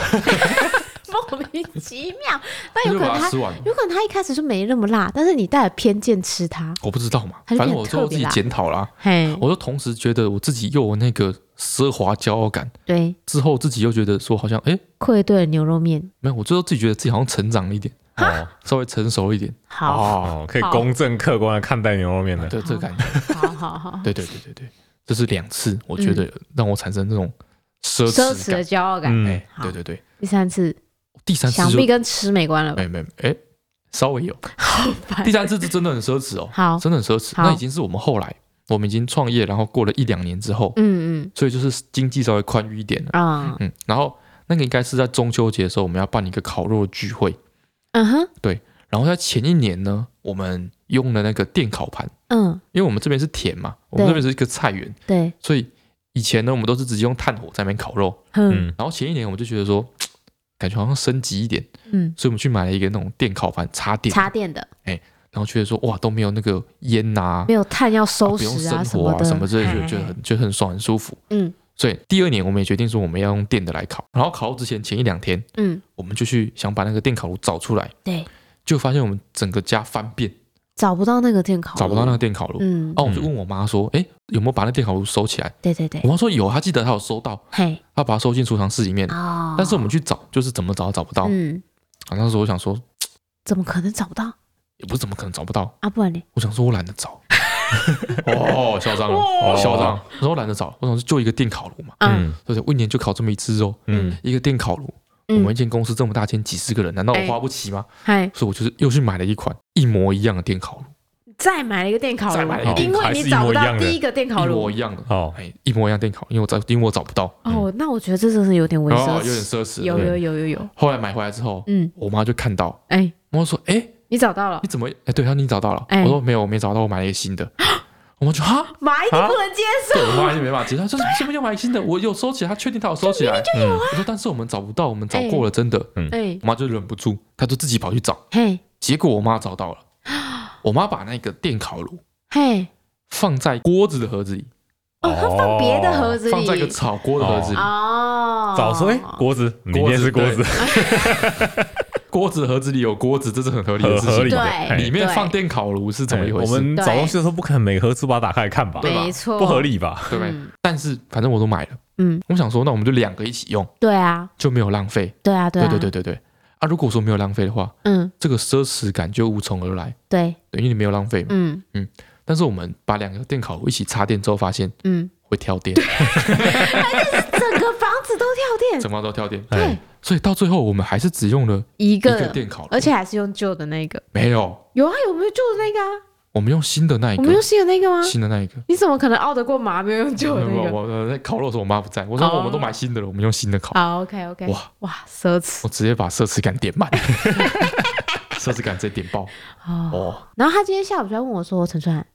A: 莫名其妙。但有可
B: 我就把
A: 能
B: 它
A: 他
B: 吃，完了。
A: 有可能他一开始就没那么辣，但是你带了偏见吃它，
B: 我不知道嘛，
A: 还是变
B: 反正
A: 得
B: 我最后自己
A: 特别辣
B: 检讨啦。
A: 嘿，
B: 我就同时觉得我自己又有那个奢华骄傲感，
A: 对，
B: 之后自己又觉得说好像哎、诶
A: 愧对了牛肉面。
B: 没有，我最后自己觉得自己好像成长了一点，
C: 哦
B: 稍微成熟了一点，
A: 好，
B: 哦，
C: 哦，可以公正客观的看待牛肉面的，
B: 对这个感觉，
A: 好好好，
B: 对对对对对，这是两次，我觉得让我产生这种 奢
A: 嗯奢
B: 侈
A: 侈的
B: 感，
A: 骄傲感。
C: 嗯
B: 哎、
A: 好
B: 对对对，
A: 第三次，
B: 第三次
A: 想
B: 就
A: 必跟吃没关了吧？
B: 没有没有哎、稍微有，
A: 好烦
B: 第。三次是真的很奢侈哦，
A: 好，
B: 真的很奢侈，
A: 好
B: 那已经是我们后来我们已经创业，然后过了一两年之后，
A: 嗯
B: 所以就是经济稍微宽裕一点了
A: 嗯，啊，
B: 嗯，然后那个应该是在中秋节的时候，我们要办一个烤肉聚会。
A: 嗯哼，
B: 然后在前一年呢，我们用了那个电烤盘，
A: 嗯，
B: 因为我们这边是田嘛，我们
A: 对
B: 这边是一个菜园，
A: 对，
B: 所以以前呢，我们都是直接用炭火在那边烤肉。
A: 嗯
C: 嗯，
B: 然后前一年我们就觉得说，嘖感觉好像升级一点，
A: 嗯，
B: 所以我们去买了一个那种电烤盘插电，
A: 插电的，
B: 然后觉得说哇都没有那个烟呐、
A: 没有碳要
B: 啊
A: 收
B: 不用
A: 拾
B: 生
A: 什
B: 火
A: 么
B: 啊
A: 的，哎
B: 什么之类
A: 嘿
B: 的，觉得很觉得很爽很舒服。
A: 嗯
B: 所以第二年我们也决定说我们要用电的来烤。然后烤肉之前前一两天，
A: 嗯，
B: 我们就去想把那个电烤炉找出来，
A: 对，
B: 就发现我们整个家翻遍，
A: 找不到那个电烤，
B: 找不到那，个电烤炉。
A: 哦嗯，
B: 哦，我就问我妈说，哎、有没有把那电烤炉收起来？
A: 对对对
B: 我，妈说有，她记得她有收到，
A: 嘿，
B: 她把它收进储藏室里面。
A: 哦，
B: 嗯但是我们去找，就是怎么找都找不到。
A: 嗯，
B: 啊，那时候我想说，
A: 怎么可能找不到
B: 也不是怎么可能找不到，
A: 啊？不然呢？
B: 我想说我懒得找。 哦，嚣张了，
C: 哦
B: 嚣张！啊我说我懒得找，我想说就一个电烤炉嘛，
A: 嗯
C: 嗯
B: 对不对？我一年就烤这么一次肉，
C: 嗯，
B: 一个电烤炉，我们
A: 嗯，
B: 一
A: 哎
B: 间公司这么大间几十个人，难道我花不起吗？
A: 嗨，
B: 所以我就是又去买了一款一模一样的电烤炉，
A: 再买了一个电烤
B: 再
A: 炉
B: 买了一个，
A: 因
C: 电烤
A: 为
C: 还
A: 你
C: 是
A: 找不
C: 一模一
A: 到
C: 样的
A: 第一个电烤
B: 一模
A: 炉
B: 一。样的，
C: 哦，
B: 哎，一模一样电烤，因为我找，因为我找不到，
A: 哦，那我觉得这真是有点微
B: 哦，
A: 奢
B: 有点
A: 侈，
B: 奢侈，
A: 有
B: 对
A: 有有有有，
B: 后来买回来之后，
A: 嗯，
B: 我妈就看到，
A: 哎，
B: 我妈说：“哎、
A: 你找到了
B: 你，怎么？哎、对，她说你找到了。
A: 哎
B: 我说：“没有，我没找到，我买了一个新的。” 我妈就哈，
A: 妈一定
C: 啊
A: 不能接
B: 对我妈还是没办法接受，她说：“是不是又买一个新的？我有收起来，她确定她有收起来。
C: 嗯
B: 我说：“但是我们找不到，我们找过了，真的。
A: 受，啊哎
B: 我妈就忍不住，她就自己跑去找，
A: 嘿
B: 结果我妈找到了。 我妈把那个电烤炉
A: 嘿，
B: 放在锅子的盒子里，
A: 哦，他放别的盒子里，
B: 放在一个炒锅的盒子里，
A: 哦，
C: 早说哎，锅子里面是锅
B: 锅子
C: 子，
B: 锅子盒子里有锅子，这是很合理的
C: 很
B: 事
C: 合理
B: 情。
C: 的，
A: 对
C: 哎
B: 里面
A: 哦对
B: 放电烤炉是怎么一回
C: 我
B: 事？
C: 们找东西的时候不可能每盒子把它打开来看吧？
B: 对吧
A: 没错，
C: 不合，理吧？
B: 对不对？
A: 嗯
B: 但是反正我都买了，
A: 嗯，
B: 我想说，那我们就两个一起用，
A: 对啊，
B: 就没有浪费。
A: 对啊，对
B: 对
A: 啊，
B: 对对对对，啊，如果说没有浪费的话，
A: 嗯，
B: 这个奢侈感就无从而来，
A: 对，
B: 等于你没有浪费嘛。
A: 嗯
B: 但是我们把两个电烤炉一起插电之后，发现
A: 嗯，
B: 会跳电，
A: 整个房子都跳 电，
B: 怎么都跳电。
A: 对，
B: 所以到最后我们还是只用了
A: 一
B: 哎一个
A: 个，
B: 电烤炉，
A: 而且还是用旧的那个。
B: 没有，
A: 有啊，有没有旧的那个啊？
B: 我们用新的那一
A: 我们用
B: 个，
A: 新的那个吗？
B: 新的那一个。
A: 你怎么可能熬得过麻没有用旧
B: 我
A: 的那个？
B: 我我在烤肉的时候，我妈不在，我说
A: 哦
B: 我们都买新的了，我们用新的烤。
A: 好，OK OK，
B: 哇
A: 哇，奢侈
B: 我直接把奢侈感点 满，奢侈感直接点爆
A: 哦。
B: 哦。
A: 然后他今天下午就在问我说：“陈川，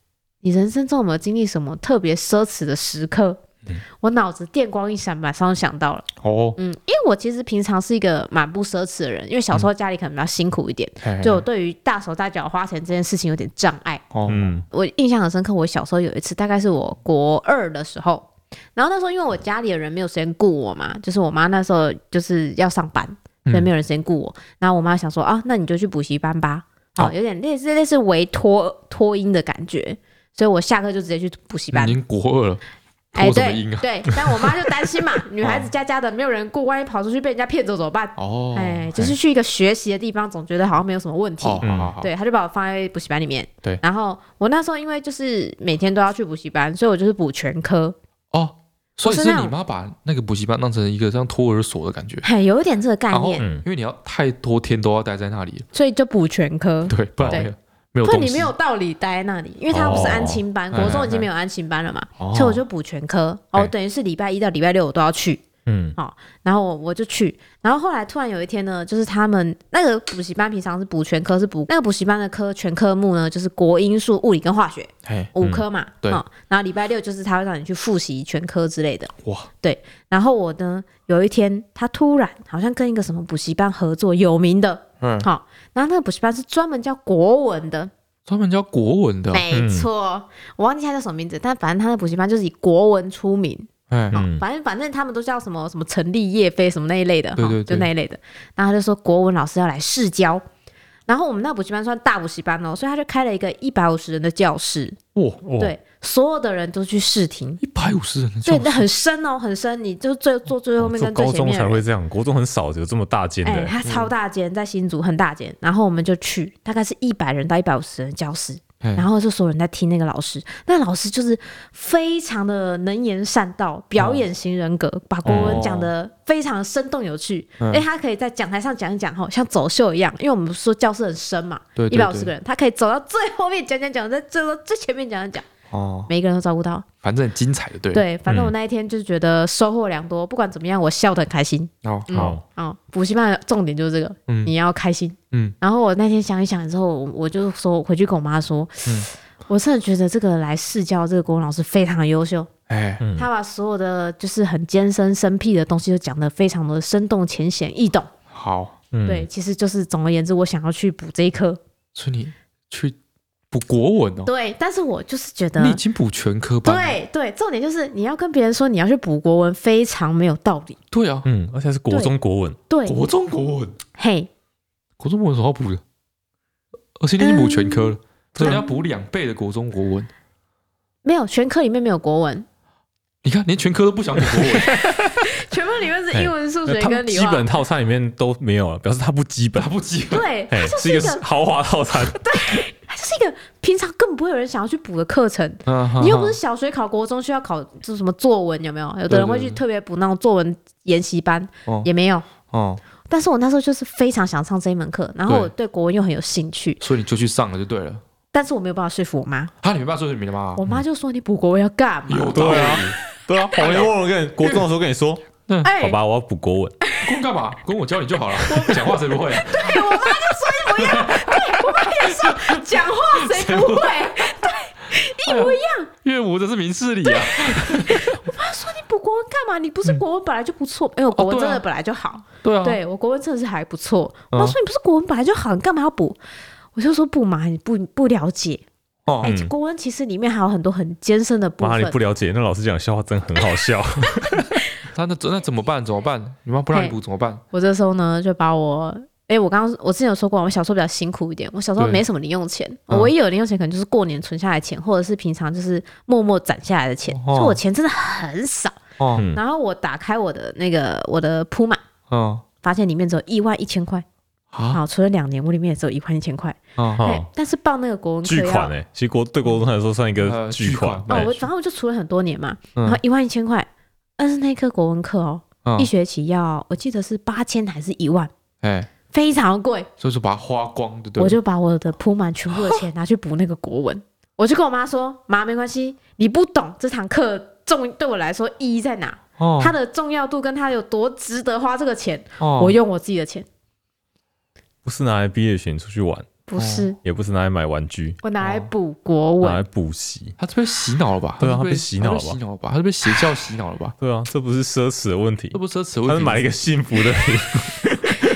A: 你人生中有没有经历什么特别奢侈的时刻？”
B: 嗯
A: 我脑子电光一闪，马上就想到了。
B: 哦，
A: 嗯，因为我其实平常是一个蛮不奢侈的人，因为小时候
B: 嗯
A: 家里可能比较辛苦一点，
B: 嘿
A: 就我对于大手大脚花钱这件事情有点障碍。
B: 哦，
C: 嗯，
A: 我印象很深刻，我小时候有一次，大概是我国二的时候，然后那时候因为我家里的人没有时间顾我嘛，就是我妈那时候就是要上班，所以
B: 嗯
A: 没有人时间顾我。然后我妈想说啊，那你就去补习班吧，好、
B: 哦
A: 有点类似类似为托托音的感觉，所以我下课就直接去补习班
B: 嗯你已。经国二了，
A: 哎，
B: 脱什么
A: 对
B: 音啊？
A: 对，但我妈就担心嘛， 女孩子家家的没有人顾，万一跑出去被人家骗走怎么办？
B: 哦，
A: 哎，就是去一个学习的地方，总觉得好像没有什么问题。
B: 哦，好
C: 嗯
B: 好好，
A: 对，他就把我放在补习班里面。
B: 对
A: 然后我那时候因为就是每天都要去补习班，所以我就是补全科，
B: 哦，所以
A: 我是那
B: 是
A: 种
B: 你妈把那个补习班当成一个像托儿所的感觉，
A: 嘿，有一点这个概
B: 然后
A: 念，
C: 嗯
B: 因为你要太多天都要待在那里，
A: 所以就补全科。
B: 对，不然
A: 对
B: 没有没有
A: 不然
B: 东
A: 你
B: 西
A: 没有道理待在那里，因为他不是安亲班，
B: 哦
A: 国中已经没有安亲班了嘛，
B: 哦
A: 所以我就补全科。哦，
B: 哎
A: 等于是礼拜一到礼拜六我都要去，
C: 嗯
A: 然后我我就去，然后后来突然有一天呢，就是他们那个补习班平常是补全科，是补那个补习班的科全科目呢，就是国英数、物理跟化学
B: 哎
A: 五科嘛，
B: 对
A: 哦然后礼拜六就是他会让你去复习全科之类的。
B: 哇，
A: 然后我呢，有一天他突然好像跟一个什么补习班合作，有名的，
B: 嗯，
A: 好、然后那个补习班是专门教国文的，
B: 专门教国文的，
A: 没错，我忘记他叫什么名字，但反正他的补习班就是以国文出名，
B: 哎，
C: 嗯
A: 反正反正他们都叫什么什么成立叶飞什么那一类的，
B: 对
A: 哈
B: 对对
A: 就那一类的。然后他就说国文老师要来试教，然后我们那补习班算大补习班哦，所以他就开了一个一百五十人的教室，
B: 哇，
C: 哇，
A: 对，所有的人都去试听。
B: 一百五十人的
A: 对
B: 教，室
A: 那很深哦，很深，你就最坐最后面
C: 哦做
A: 跟最
C: 高
A: 前
C: 中
A: 面的
C: 才
A: 人。
C: 会这样，国中很少有这么大间
A: 哎、
C: 的。嗯
A: 它超大间，在新竹很大间，然后我们就去，大概是一百人到一百五十人教室，
C: 嗯
B: 哎
A: 然后就所有人在听那个老师，那老师就是非常的能言善道，表演型人格，把国文讲
C: 哦
A: 得非常生动有趣，
B: 嗯
A: 哎、他可以在讲台上讲一讲吼，像走秀一样，因为我们说教室很深嘛，
B: 对
A: 一
B: 对
A: 百五十个
B: 对，
A: 人，他可以走到最后面讲讲讲，在最后最前面讲讲讲，
B: 哦，
A: 每一个人都照顾到，
B: 反正很精彩的，对，
A: 对，反正我
C: 嗯
A: 那一天就是觉得收获良多，不管怎么样，我笑得很开心。
B: 哦，好，
C: 好，
A: 哦，补习班的重点就是这个，
B: 嗯
A: 你要开心。
B: 嗯，
A: 然后我那天想一想之后，我我就说回去跟我妈说，我真的觉得这个来试教这个国文老师非常的优秀，
B: 哎，
C: 嗯
A: 他把所有的就是很艰深生僻的东西都讲得非常的生动浅显易懂。
B: 好，
C: 嗯
A: 对，，其实就是总而言之，我想要去补这一科。
B: 所以你去补国文哦，
A: 对，但是我就是觉得
B: 你已。经补全科班了，
A: 对对，重点就是你要跟别人说你要去补国文，非常没有道理。
B: 对啊，
C: 嗯，而且是国中国文，
A: 对，
B: 国中国文，
A: 嘿，
B: 国中国文有什么好补的？而且你已经补全科了，所以
C: 对
B: 你要补两倍的国中国文。
A: 没有全科里面没有国文，
B: 你看，连全科都不想补国 文，
A: 全部里面是
C: 嘿
A: 英文、数
C: 那
A: 学
C: 他
A: 跟
C: 们
A: 理
C: 基
A: 化。
C: 本套餐里面都没有了，表示它不基本
B: 打。不及 格。
A: 对，
C: 哎
A: 它，就是是
C: 一
A: 一
C: 个
A: 个，
C: 豪华 套餐，
A: 它就是一个平常根本不会有人想要去补的课程。你
C: 啊
B: 你
A: 又不是小学考国中需要考就什么作文，有没有？有的人会
B: 对
A: 去
B: 对
A: 特别补那种作文研习班
B: 哦，
A: 也没有。
B: 哦，
A: 但是我那时候就是非常想上这一门课，然后
B: 对
A: 我对国文又很有兴趣，
B: 所以你就去上了就对了。
A: 但是我没有办法说服我妈，
B: 啊，你没办法说你没妈
A: 我妈
C: 嗯
A: 就说你补国文要干嘛？
B: 有道理
C: 对啊，对啊，黄连问 我跟国中的时候跟你说，
A: 哎，
C: 好吧，我要补 国文，
B: 跟我干嘛？跟我教你就好了。讲话谁不会 啊？
A: 对我妈就说你不要，对我妈也说讲话谁不 会，对，一模一样。
B: 岳母这是明事理啊。
A: 她说你补国文干嘛？你不是
C: 嗯
A: 国文本来就不错，因为我国文
B: 哦对
A: 真
B: 啊
A: 的本来就好。
B: 对啊，
A: 对我国文真的是还不错。我
B: 嗯
A: 妈说你不是国文本来就好，你干嘛要补？我就说不嘛，你不不了解。
B: 哦
A: 哎、
C: 嗯
A: 国文其实里面还有很多很艰深的部
C: 妈，
A: 分啊
C: 你。不了解，那老师讲笑话真的很 好笑。
B: 他那那怎么办？怎么办？你妈不让你补怎么办？
A: 我这时候呢，就把我，哎、我刚刚我之前有说过，我小时候比较辛苦一点，我小时候
B: 对
A: 没什么零用钱，
B: 嗯
A: 我唯一有零用钱可能就是过年存下来的钱，或者是平常就是默默攒下来的钱，
B: 哦
A: 所以我钱真的很少。
B: 哦
C: 嗯
A: 然后我打开我的那个我的铺满，
B: 哦
A: 发现里面只有一万一千块，
B: 啊
A: 好，存了两年，我里面也只有一万一千块，
B: 啊
C: 哦
A: 哎但是报那个国文课
C: 巨
A: 要
C: 款哎、其实国对国中来说算一个
B: 呃
C: 巨
B: 巨
C: 款
B: 款。
A: 哦，
C: 哎
A: 我反正我就储了很多年嘛，然后
B: 嗯
A: 一万一千块，但是那科国文课哦，
B: 嗯
A: 一学期要我记得是八千还是一万，
B: 哎，
A: 非常贵，
B: 所以说把它花光，对不对？
A: 我就把我的铺满全部的钱拿去补那个国 文，我就跟我妈说，妈没关系，你不懂这堂课重对我来说意义在哪，
B: 哦
A: 它的重要度跟它有多值得花这个钱，
B: 哦
A: 我用我自己的钱，
C: 不是拿来毕业选出去玩，
A: 不是
C: 也不是拿来买玩具，
A: 我拿来
B: 哦
A: 补国
C: 哦拿来
A: 文，
C: 补习。
B: 他是被洗脑了吧？
C: 对啊
B: 是
C: 他被洗脑了吧
B: 他被洗脑了吧？他是被邪教洗脑了吧？
C: 对啊，这不是奢侈的问题
B: 这，不是奢侈的问
C: 他
B: 题，
C: 是买了一个幸福的礼物，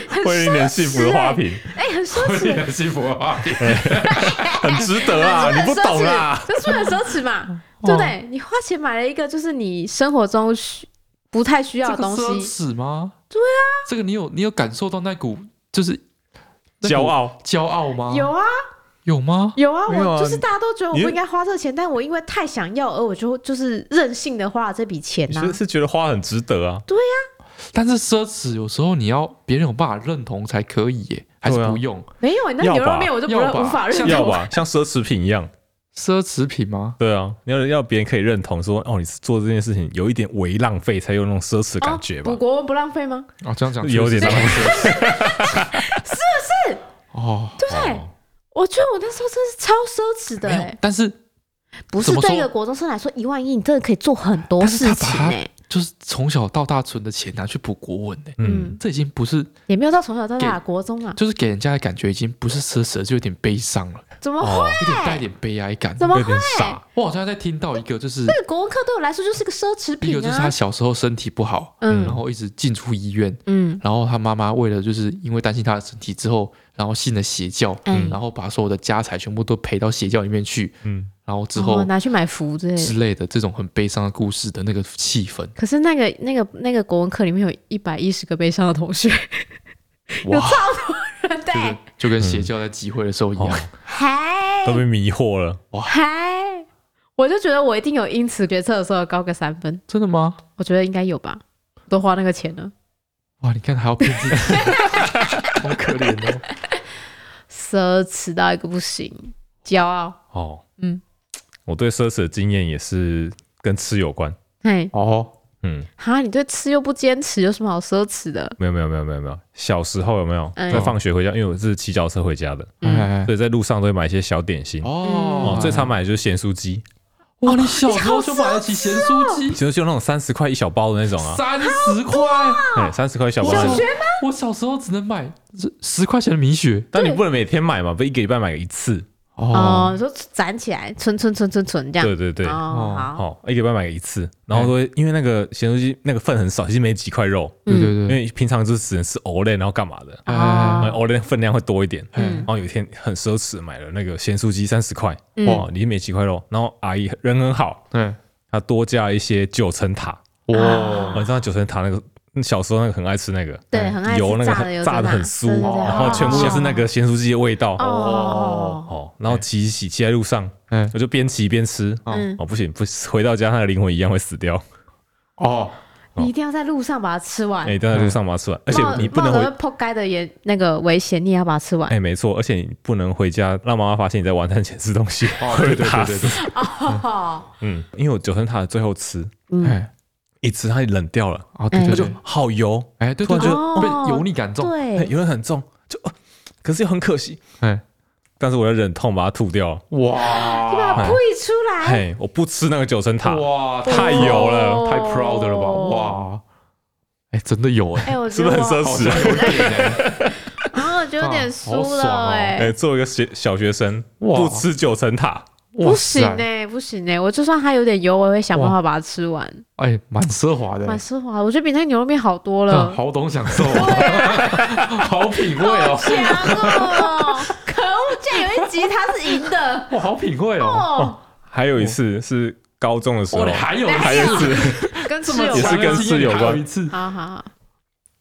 A: 很
C: 会
A: 奢
C: 一点幸福的花瓶，
A: 哎，很奢
B: 我
A: 侈
B: 也。很幸福啊！
C: 很值得 啊！你不懂啦，
A: 这是很奢侈 嘛，对不对？你花钱买了一个就是你生活中需不太需 要
B: 这
A: 的东
B: 个奢
A: 西，
B: 侈吗？对啊，这个你有你有感受到那股就是那股
C: 骄傲。
B: 骄傲吗？
A: 有啊
B: 有吗？
A: 有啊，
C: 没有啊
A: 我就是大家都觉得我
C: 你
A: 不应该花这个钱，但我因为太想要，而我就就是任性的花了这笔钱啊呐、
C: 你是是觉得花很值得啊？
B: 但是奢侈有时候你要别人有办法认同才可以耶，还是
C: 对啊
B: 不用
A: 没有，欸那
C: 要
A: 牛肉
C: 吧
A: 面我就不
B: 要
A: 认
B: 吧
A: 无法认
C: 要
A: 同。
C: 吧，像奢侈品一样。
B: 奢侈品吗？
C: 对啊，你要要别人可以认同说，哦，你是做这件事情有一点微浪费，才有那种奢侈感觉
A: 哦
C: 吧
A: 补？国文不浪费吗？
B: 哦，这样讲
C: 有点
B: 确实
C: 浪
B: 是
C: 费，
B: 哦。
A: 对不啊对？
C: 哦
A: 哎我觉得我那时候真是超奢侈的、
B: 没有
A: 欸，
B: 但是
A: 不是
B: 怎么说
A: 对一个国中生来说，一万一你真的可以做很多
B: 但是
A: 事
B: 他
A: 情
B: 把它
A: 哎、
B: 就是从小到大存的钱拿去补国文呢，
C: 嗯，
A: 嗯，
B: 这已经不是
A: 也没有到从小到大的国中啊，
B: 就是给人家的感觉已经不是奢侈了，就有点悲伤了，
A: 怎么
C: 哦
A: 会？
B: 有点带一点悲哀感。
A: 怎么
C: 有
A: 会
C: 点？傻。
B: 我好像在听到一个就是
A: 这个国文课对我来说就是个奢侈
B: 一
A: 品
B: 个就是他
A: 啊。
B: 小时候身体不好，
A: 嗯
B: 然后一直进出医院，
A: 嗯，
B: 然后他妈妈为了就是因为担心他的身体之后，然后信了邪教，
A: 哎
B: 然后把所有的家财全部都赔到邪教里面去，
C: 嗯，
B: 然后之
A: 哦
B: 后
A: 拿去买符之类的
B: 之。类的这种很悲伤的故事的那个气氛，
A: 可是那个那个那个国文课里面有一百一十个悲伤的同学，
B: 哇，
A: 对，
B: 就跟邪教在集会的时候一样，
A: 嗨
C: 都被迷惑了。
A: 嗨，我就觉得我一定有因此决策的时候高个三分，
B: 真的吗？
A: 我觉得应该有吧，都花那个钱了，
B: 哇，你看还要骗 自己，好可怜哦。
A: 奢侈到一个不行，骄傲，
C: 哦，
A: 嗯，
C: 我对奢侈的经验也是跟吃有关。
A: 嘿，
B: 哦，
C: 嗯，
A: 哈，你对吃又不坚持，有什么好奢侈的？
C: 没有没有没有没有没有，小时候有没有
A: 嗯
C: 在放学回家？因为我是骑脚车回家的，
A: 嗯，
B: 哎，
C: 所以在路上都会买一些小点心。
B: 哦
C: 哦，，最常买的就是咸酥鸡，
B: 哇，你小时候就买得起咸酥鸡，
C: 其实就那种三十块一小包的那种啊，
B: 三十块，
A: 啊
C: 对，三十块一小包
A: 小
C: 的。
A: 学
B: 我小时候只能买十十块钱的米雪
C: 但你不能每天买嘛，不一个礼拜买一次。
A: 哦，你说攒起来，存存存存存这样，
C: 对对对，
A: 哦，好，
C: 好，一个礼拜买一次。然后都
B: 嗯
C: 会因为那个咸酥鸡那个份很少，其实没几块肉，
B: 对
A: 嗯
B: 对
C: 因
B: 对，哎
C: 为平常就是只能吃 o l 然后干嘛的，
B: 嗯
A: 哦
C: 然后 o l 分量会多一点。
A: 嗯
C: 然后有一天很奢侈，买了那个咸酥鸡三十块，
A: 嗯
C: 哇，里面没几块肉。然后阿姨人很好，
B: 对，
C: 她多加了一些九层塔，哦
B: 哇，
C: 晚上九层塔那个嗯小时候那个很爱吃那个，
B: 嗯
A: 对，很爱吃
C: 油那个
A: 炸的
C: 很
A: 油
C: 炸的
A: 的
C: 很酥，
A: 对对
B: 哦
A: 对
C: 然后全部都是那个咸酥鸡的味道。
A: 哦，
C: 哦，然后骑一骑骑在路上，
B: 嗯
C: 我就边骑边吃。
A: 嗯，
C: 哦，不行，不回到家，他的灵魂一样会死掉。
B: 哦，
A: 你一定要在路上把它吃完，
C: 哎，但在路上把它吃完，而且
A: 啊冒
C: 你不能
A: 冒着
C: 回。
A: 会破街的也那个危险，你也要把它吃完。
C: 哎，没错，而且你不能回家，让妈妈发现你在晚餐前吃东西。
B: 哦，对对对对对，
A: 哦，
C: 嗯，因为我九层塔的最后吃
A: 嗯，
B: 哎，
C: 一吃，它冷掉了，
B: 哦，对
A: 哎
B: 对
C: 它就
B: 对，
C: 好油，
B: 哎，对
C: 突
B: 对
C: 然
B: 对
C: 觉，得
A: 哦
B: 被油腻感重，
C: 哎
A: 对，
C: 油很重，就呃可是又很可惜，
B: 哎，
C: 但是我要忍痛把它吐掉
B: 啊
C: 了。
A: 你把它
B: 哇
C: 哎
A: 呸出来，
C: 嘿，我不吃那个九层塔。
B: 哇，
C: 太油了
B: 太 proud 了吧，！
A: 哦
B: 哇，哎，真的有哎，
A: 哎，我
C: 是
A: 觉
C: 不
A: 得
C: 是
A: 我
C: 很奢
B: 好
C: 侈
B: 像？有点哎，
A: 然后我就有点
B: 啊好
A: 输
B: 爽
A: 了，
B: 哦
A: 哎
C: 哎，，作为一个学小学生，
B: 哇
C: 不吃九层塔，
A: 不
B: 哇
A: 行
B: 塞，
A: 哎，不行哎，我就算它有点油，我也会想办法把它吃完，
B: 哎，蛮奢华的，哎
A: 蛮奢华的，我觉得比那个牛肉面好多
B: 嗯
A: 了。
B: 好懂享受啊， 好品味哦，
A: 强哦！可恶，竟然有一集它是赢 的
B: 哇，好品味哦，
A: 哦，
C: 还有一次是高中的时候
B: 哇，你，还有
C: 还有一次
A: 跟
B: 这
A: 吃
B: 么
A: 有
C: 也是
A: 关
B: 强。
C: 跟吃有关
B: 还有一次，
A: 好好好，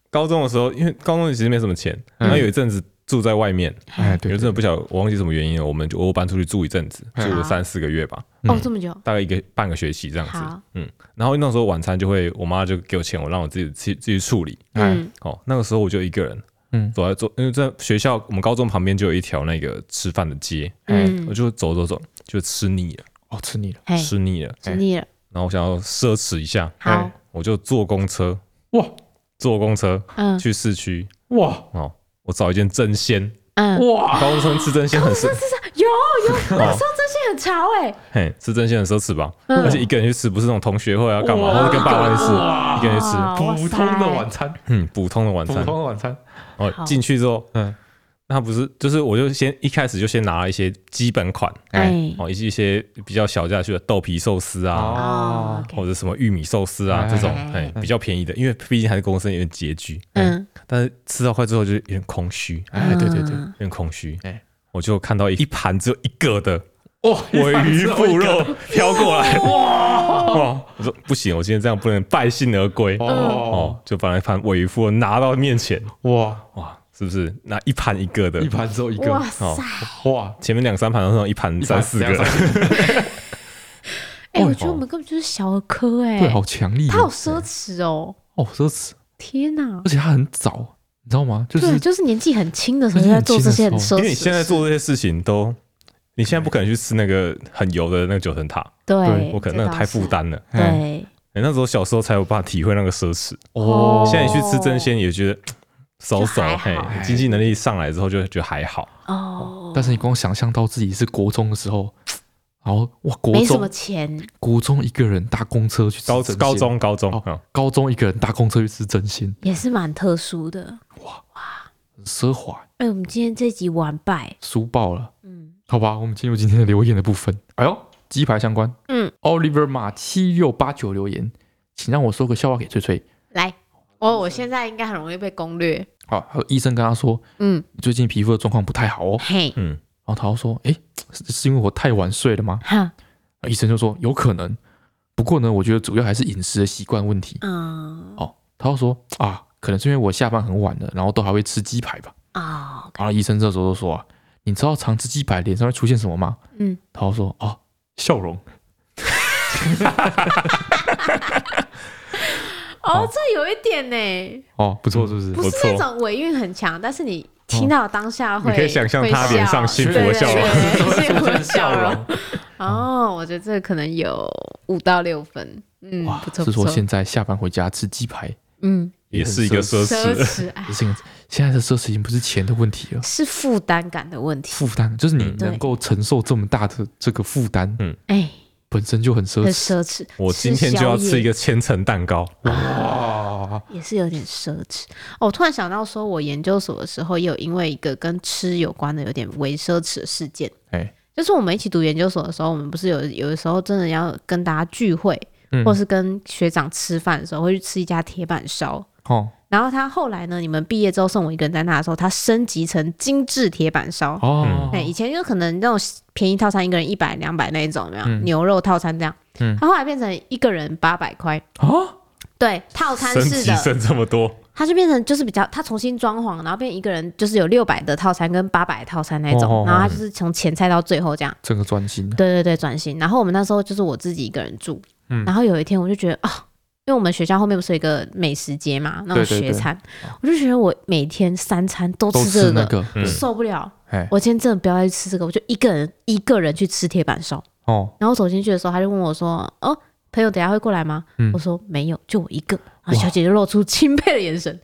C: 高中的时候，因为高中其实没什么钱，
B: 嗯
C: 然后有一阵子住在外面，
B: 哎，
C: 有
B: 对
C: 一，阵子不晓得我忘记什么原因了，我们就我搬出去住一阵子，住
B: 嗯
C: 了三四个月吧，
A: 哦，这么久，
C: 大概一个半个学期这样
A: 好
C: 子，嗯，然后那时候晚餐就会，我妈就给我钱，我让我自己自己自己处理，
B: 哎，
A: 嗯
C: 哦，那个时候我就一个人，
B: 嗯
C: 走来走，因为在学校我们高中旁边就有一条那个吃饭的街，哎我
A: 嗯，
C: 就走走走，就吃腻了，
B: 哦，吃腻了，
A: 嘿，
C: 吃哎腻了，
A: 吃腻了，
C: 然后我想要奢侈一下，
A: 好，
C: 我就坐公车，
B: 哇
C: 坐公车
A: 嗯
C: 去市区
B: 哇
C: 哦，我找一间真鲜，
A: 嗯，
B: 哇，
C: 高中生吃真鲜很奢，
A: 有有，那时候
C: 哦
A: 真心很潮哎，
C: 嘿，吃真鲜很奢侈吧？
A: 嗯
C: 而且一个人去吃，不是那种同学会啊干嘛，
B: 哇
C: 或者跟爸妈去吃，
B: 哇
C: 一个人去吃，
A: 啊哇
B: 普通的晚餐，
C: 嗯，普通的晚
B: 普
C: 餐
B: 通。的晚餐，
C: 哦
A: 好，
C: 进去之后，
B: 嗯，
C: 那不是就是我就先一开始就先拿了一些基本款，
A: 哎，
C: 哦，一些一些比较小家去的豆皮寿司啊，
A: 哦
B: 哦，
A: ，OK，
C: 或者什么玉米寿司啊
B: 哎
C: 这种，
A: 哎
C: 哎，比较便宜的，因为毕竟还是高中生，有点拮据。
A: 嗯，
C: 但是吃到快之后就有点空虚，
B: 哎，对对对，
A: 嗯
C: 有点空虚。
B: 哎
C: 我就看到一盘只有一个的
B: 哇，
C: 尾鱼腐肉飘 过来，
A: 哦
B: 哇
C: 哇！我说不行，我今天这样不能败兴而归。
B: 哦
C: 哦，就把那盘尾鱼腐肉拿到面前，
B: 哇，
C: 哇，是不是？那一盘一个的
B: 一，盘只有一个，哦
A: 哇塞，
B: 哇，
C: 前面两三盘都是那种一盘
B: 一
C: 三
B: 盘
C: 四
B: 两
C: 个，
B: 三
A: 哎，我觉得我们根本就是小儿科哎，
B: 哦对，好强力哦，
A: 他好奢侈哦，
B: 哦，奢侈，
A: 天哪
B: 而！且他很早，你知道吗？就
A: 对，
B: 是
A: 就是年纪很轻的时候就在做这些很奢侈的事，
C: 因为你现在做这些事情都，你现在不可能去吃那个很油的那个九层塔，
A: 对
B: 对，哎
C: 我可能那个太负担了。
A: 这倒是。对，
C: 你欸那时候小时候才有办法体会那个奢侈，
A: 哦
C: 现在你去吃真鲜也觉得手手
A: 就还，
C: 嘿
A: 好，
C: 经济能力上来之后就觉得还好。
A: 哦，
B: 但是你光想象到自己是国中的时候，然后哇，国
A: 没什么
B: 中
A: 钱，
B: 国中一个人搭公车去吃
C: 高
B: 真鲜
C: 高中高中
B: 哦，
C: 嗯
B: 高中一个人搭公车去吃真鲜，
A: 也是蛮特殊的。
B: 很奢华，
A: 哎，我们今天这集完败，
B: 输爆了。
A: 嗯
B: 好吧，我们进入今天的留言的部分。哎呦，鸡排相关
A: 嗯，
B: ，Oliver 马七六八九留言，请让我说个笑话给翠翠。
A: 来，哦我我现在应该很容易被攻略，
B: 好，还有医生跟他说，
A: 嗯，
B: 你最近皮肤的状况不太好哦。
A: 嘿，
C: 嗯，
B: 然后他就说，哎，是是因为我太晚睡了吗？
A: 哈，
B: 医生就说有可能，不过呢，我觉得主要还是饮食的习惯问题。
A: 嗯，
B: 哦，他就说啊，可能是因为我下班很晚了，然后都还会吃鸡排吧。
A: 哦，
B: 然后医生这时候就说啊，你知道常吃鸡排脸上会出现什么吗？
A: 嗯，
B: 他就说哦，笑容。
A: 哦，这有一点呢，
B: 哦，不错，是不是？
A: 不是
C: 不错
A: 那种尾韵很强，但是你听到当下会，
C: 嗯你可以想象
A: 会
C: 他脸
A: 笑
C: 上幸福的笑容
A: 对对对 幸福
B: 出现
A: 的
B: 笑
A: 笑容
B: 容。。
A: 哦，我觉得这可能有五到六分，嗯，
B: 哇
A: 不，错
B: 是
A: 不
B: 说
A: 错，
B: 现在下班回家吃鸡排，
A: 嗯，
C: 也是一个奢
A: 奢
C: 侈。
A: 侈哎
B: 这是一个现在的奢侈已经不是钱的问题了，
A: 是负担感的问题，
B: 负担就是你
C: 嗯
A: 对
B: 能够承受这么大的这个负担，
A: 哎，
B: 本身就很奢
A: 很
B: 侈。
A: 奢侈。
C: 我今天就要吃一
A: 个，
C: 个千层蛋糕，
B: 哇，哦
A: 也是有点奢侈。哦，我突然想到，说我研究所的时候，也有因为一个跟吃有关的有点微奢侈的事件。
B: 哎，
A: 就是我们一起读研究所的时候，我们不是有有的时候真的要跟大家聚会，
B: 嗯
A: 或是跟学长吃饭的时候，会去吃一家铁板烧。
B: 哦
A: 然后他后来呢，你们毕业之后剩我一个人在那的时候，他升级成精致铁板烧。
B: 哦，
A: 哎、以前就可能那种便宜套餐，一个人一百、两百那一种，有没有、
B: 嗯
A: 牛肉套餐这样？
B: 嗯
A: 他后来变成一个人八百块，
B: 啊，
A: 对，套餐
C: 升
A: 式
C: 级
A: 的，
C: 升这么多，
A: 他就变成就是比较，他重新装潢，然后变一个人就是有六百的套餐跟八百套餐那种，
B: 哦哦哦
A: 然后他就是从前菜到最后这样，
B: 整个专心
A: 对对对，转型。然后我们那时候就是我自己一个人住，
B: 嗯
A: 然后有一天我就觉得啊、因为我们学校后面不是有一个美食街嘛，那种
B: 对对
A: 学
B: 对
A: 餐，我就觉得我每天三餐都
B: 都
A: 吃这
B: 吃那个，
C: 嗯
A: 受不了。
B: 哎
A: 我今天真的不要再去吃这个，我就一个人一个人去吃铁板烧。
B: 哦，
A: 然后走进去的时候，他就问我说：“哦，朋友等一下会过来吗？”
B: 嗯
A: 我说：“没有，就我一个。”然后小姐就露出钦佩的眼神：“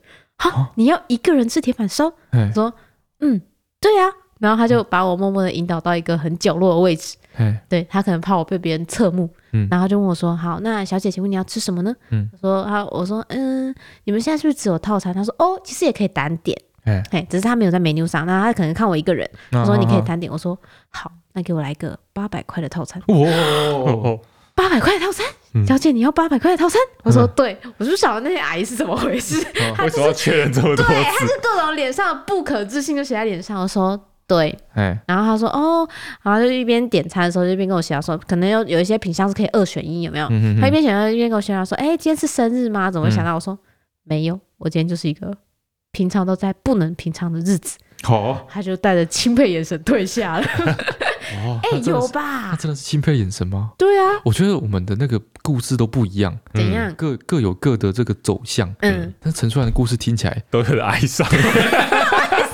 B: 哦
A: 哈，你要一个人吃铁板烧？”
B: 哎
A: 我说：“嗯，对啊。”然后他
B: 哦
A: 就把我默默的引导到一个很角落的位置，
B: 哎，
A: 对他可能怕我被别人侧目，
B: 嗯
A: 然后他就问我说：“好，那小姐，请问你要吃什么呢？”
B: 嗯
A: 我说：“啊，我说，嗯，你们现在是不是只有套餐？”他说：“哦，其实也可以单点，
B: 哎嗯
A: 哎，只是他没有在 menu 上，那他可能看我一个人，
B: 我
A: 我说你可以单点，我说好，那给我来个八百块的套餐，
B: 哇，
A: 八百块的套餐，
B: 嗯
A: 小姐你要八百块的套餐？我说对，我就想那些阿姨是怎么回 事，
C: 为什么要确认这么多
A: 对，她
C: 次？
A: 就各种脸上的不可置信就写在脸上，我说对，
B: 哎
A: 然后她说哦，然后就一边点餐的时候就一边跟我闲聊说，可能有有一些品相是可以二选啊一，有没有？
B: 嗯嗯嗯嗯
A: 她一边闲聊一边跟我闲聊说，哎，今天是生日吗？怎么会想到？我说没有，我今天就是一个平常都在不能平常的日子，
B: 好，
A: 她就带着钦佩眼神退下了。
B: 哦，
A: 哎、
B: 那真的
A: 有
B: 是那
A: 吧？
B: 真的是钦佩的眼神吗？
A: 对啊，
B: 我觉得我们的那个故事都不一样，嗯
A: 怎样？
B: 各各有各的这个走向，
A: 嗯，
B: 但是陈述然的故事听起来
C: 都很哀伤。
B: 嗯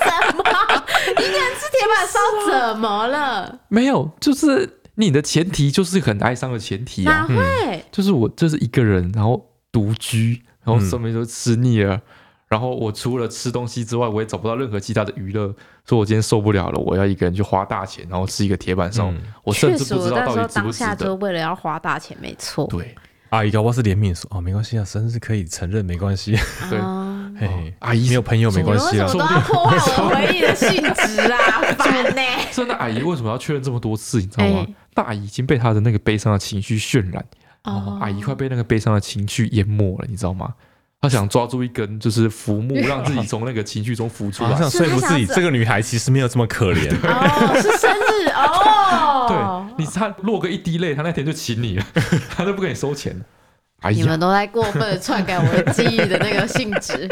A: 什么？一个人吃铁板烧怎么了？
B: 没有，嗯就是你的前提就是很哀伤的前提
A: 哪
B: 啊，
A: 会？
B: 就是我这是一个人，然后独居，然后
C: 嗯
B: 身边都吃腻
A: 嗯
B: 了。然后我除了吃东西之外，我也找不到任何其他的娱乐，所以我今天受不了了，我要一个人去花大钱，然后吃一个铁板烧，
C: 嗯
B: 我甚
A: 确
B: 至
A: 实，
B: 不知
A: 我
B: 道
A: 那
B: 到
A: 时候
B: 底值不
A: 当
B: 值
A: 下就
B: 得。
A: 为了要花大钱，没错。
B: 对，
C: 阿姨搞不好是怜悯说哦，没关系啊，生日可以承认，没关
A: 哦
C: 系。
B: 对
A: 啊
C: 嘿
B: 哦
C: 嘿，
B: 阿姨
C: 没有朋友没
A: 你们
C: 关
A: 为
C: 系
A: 什
C: 啊
A: 么。都要破坏我回忆的性质 啊？烦呢、
B: 真的阿姨为什么要确认这么多次？你知道吗
A: 哎？
B: 大阿姨已经被她的那个悲伤的情绪渲染，
A: 哦
B: 阿姨快被那个悲伤的情绪淹没了，你知道吗？她想抓住一根就是 浮木，让自己从那个情绪中浮出
C: 我
B: 来。
C: 想说服自己，
A: 是他想要
C: 这个女孩其实没有这么可怜。
A: 哦，是生日 哦。
B: 对你，啊她落个一滴泪，她那天就请你了， 她都不跟你收钱了。哎
A: 你
B: 呀，
A: 们都在过分的篡改我的记忆的那个性质。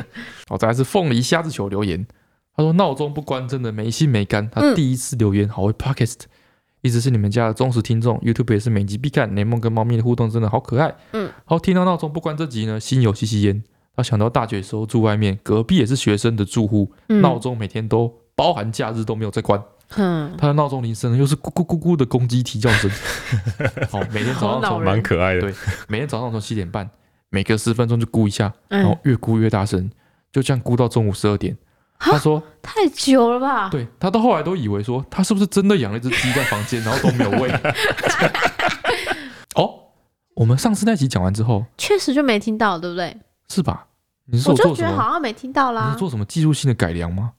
B: 好，哦再来是凤梨虾子球留言，他说闹钟不关真的没心没肝，他
A: 嗯
B: 第一次留言好会 Pocket，、一直是你们家的忠实听众，YouTube 也是每集必看，雷梦跟猫咪的互动真的好可爱。
A: 嗯，
B: 好听到闹钟不关这集呢，心有戚戚焉。他想到大学的时候住外面，隔壁也是学生的住户，
A: 嗯
B: 闹钟每天都包含假日都没有在关，
A: 哼，
B: 他的闹钟铃声又是咕咕咕咕的公鸡啼叫 声。好，每天早上
A: 好恼
B: 从
A: 人
C: 蛮可爱的
B: 对，每天早上从七点半，每隔十分钟就咕一下，然后
A: 嗯，
B: 越咕越大声，就这样咕到中午十二点。
A: 哈啊
B: 他说，
A: 太久了吧？
B: 对他到后来都以为说，他是不是真的养了一只鸡在 房间，然后都没有喂。 哦，我们上次那集讲完之后，
A: 确实就没听到，对不对？
B: 是吧？你是
A: 我
B: 有
A: 就
B: 做
A: 觉得
B: 什么？
A: 好像啊没听到
B: 你
A: 啦
B: 是。做什么技术性的改良吗？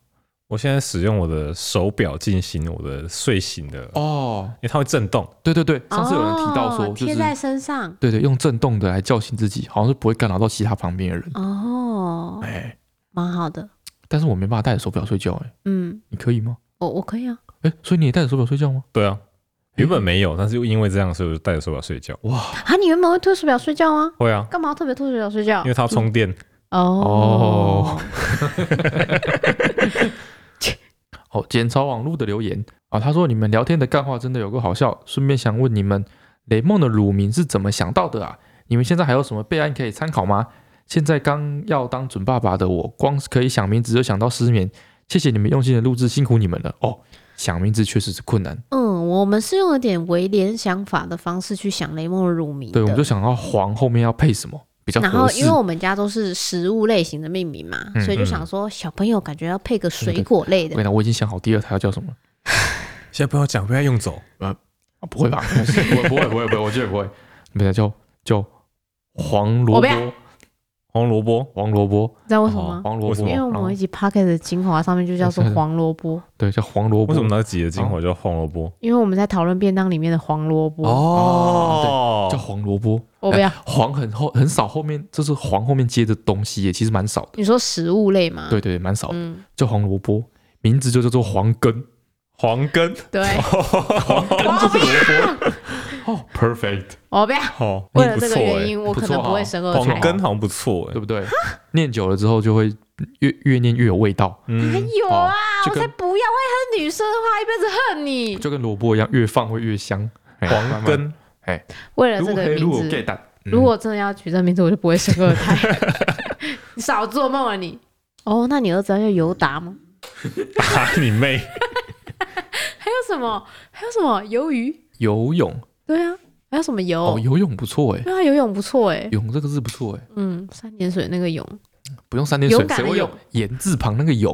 C: 我现在使用我的手表进行我的睡醒的，因
B: 哦，
C: 为它会震动。
B: 对对对，上次有人提到说，
A: 哦
B: 就
A: 贴
B: 是
A: 在身上
B: 对对，用震动的来叫醒自己，好像是不会干扰到其他旁边的人。
A: 哦，
B: 哎，
A: 蛮好的。
B: 但是我没办法戴着手表睡觉，哎，
A: 嗯，
B: 你可以吗？
A: 我我可以啊。
B: 哎，所以你也戴着手表睡觉吗？
C: 对啊，原
B: 嗯
C: 本没有，但是又因为这样，所以我就戴着手表睡觉。
B: 哇，
A: 啊，你原本会脱手表睡觉吗？
C: 会啊，
A: 干嘛特别脱手表睡觉
C: 因？为它要充电。
A: 哦
B: 哦，哦，检查网络的留言啊，他说你们聊天的干话真的有够好笑，顺便想问你们，雷梦的乳名是怎么想到的啊？你们现在还有什么备案可以参考吗？现在刚要当准爸爸的我，光是可以想名字就想到失眠，谢谢你们用心的录制，辛苦你们了哦。想名字确实是困难，
A: 嗯，我们是用了点微联想法的方式去想雷梦的乳名的
B: 对，我们就想到黄后面要配什么比较
A: 然
B: 合
A: 后，
B: 适
A: 因为。我们家都是食物类型的命名嘛，
B: 嗯
A: 所以就想说小朋友感觉要配个水果类
B: 我
A: 的
B: 跟你讲，我已经想好第二胎要叫什么了。
C: 现在不要讲，不要用走。
B: 啊、不会吧？不会不会不会不会，我觉得 不会。你们叫叫黄
A: 我
B: 萝
A: 不
B: 卜
A: 要，
C: 红萝卜，
B: 黄萝卜，啊
A: 你知道为什么吗？
B: 黄萝
C: 为什
B: 卜，
C: 么
A: 因为我
B: 然
A: 们
B: 后
A: 有一集 p o c k e t 的精华上面就叫做黄萝卜，
B: 对，叫黄萝卜。哦
C: 为什么那集的精华叫红萝卜？
A: 因为我们在讨论便当里面的黄萝卜。
C: 哦
B: 哦叫
C: 叫
B: 黄萝卜？
A: 我不要
B: 哎，黄很后很少，后面就是黄后面接的东西也其实蛮少的。
A: 你说食物类嘛？
B: 对，对对，蛮少的，
A: 嗯，
B: 叫黄萝卜，名字就叫做黄根
C: 黄根。
A: 对，
B: 哦，perfect，
A: 我不要。
C: 好，你
A: 为了
C: 哎不
A: 这
C: 错
A: 个原
C: 哎，
A: 因，我可能不会生二
C: 黄
A: 胎。
C: 根好像不错哎
B: 对。不对？念久了之后就会越越念越有味道，哦
A: 还
C: 嗯，
A: 有啊，
B: 就
A: 我才
B: 跟
A: 不要！我恨女生的话，一辈子恨你。
B: 就跟萝卜一样，越放会越香。哎
C: 黄
B: 慢慢
C: 根
A: 为了
B: 如
A: 这
B: 黑
A: 个
B: 如
A: 名
B: 果
A: 字，
B: get 蛋，嗯
A: 如果真的要取这名字，我就不会生二胎。 你少做梦啊你！哦，那你儿子要叫尤达吗？
C: 打你妹！
A: 还有什么？还有什么？鱿鱼？
B: 游泳
A: 对啊，还有什么游？
B: 哦，游泳不错哎，
A: 对啊，游泳不错哎。
B: 泳这个字不错哎，
A: 嗯，三点水那个泳。
B: 不用三点水
A: 勇，敢
B: 谁
A: 的
B: 会用
A: 勇
B: 言字旁那个泳？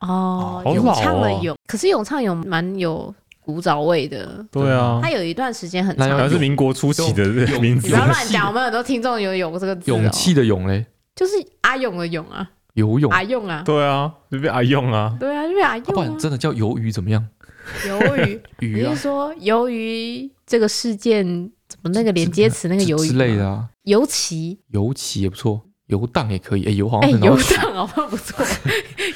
A: 哦，
C: 好
A: 咏
C: 老
A: 唱的
C: 哦
A: 咏，可是咏唱有蛮有古早味的。
C: 对啊，
A: 它有一段时间很
B: 那
A: 长
B: 要
C: 好，像是民国初期的
B: 有
C: 名
A: 哎你
C: 字
A: 不。要
B: 勇
A: 乱
B: 气
A: 讲，我们有很多听众有“泳”这个字哦，
B: 勇气的勇嘞，
A: 就是阿勇的勇啊，
B: 游泳。
A: 阿勇啊，
C: 对啊，就被阿用啊。
A: 对啊，就是阿
B: 要不
A: 勇
B: 然
A: 啊，
B: 真的叫鱿鱼怎么样？
A: 鱿 鱼，你
B: 鱼啊
A: 是，说由于这个事件，怎么那个连接词那个
B: 之
A: 鱿鱼
B: 之类的
A: 吗？
B: 啊，
A: 尤其
B: 油旗也不错，游荡也可以，哎，游好
A: 哎，
B: 像很
A: 游
B: 好吃。
A: 荡好像不错，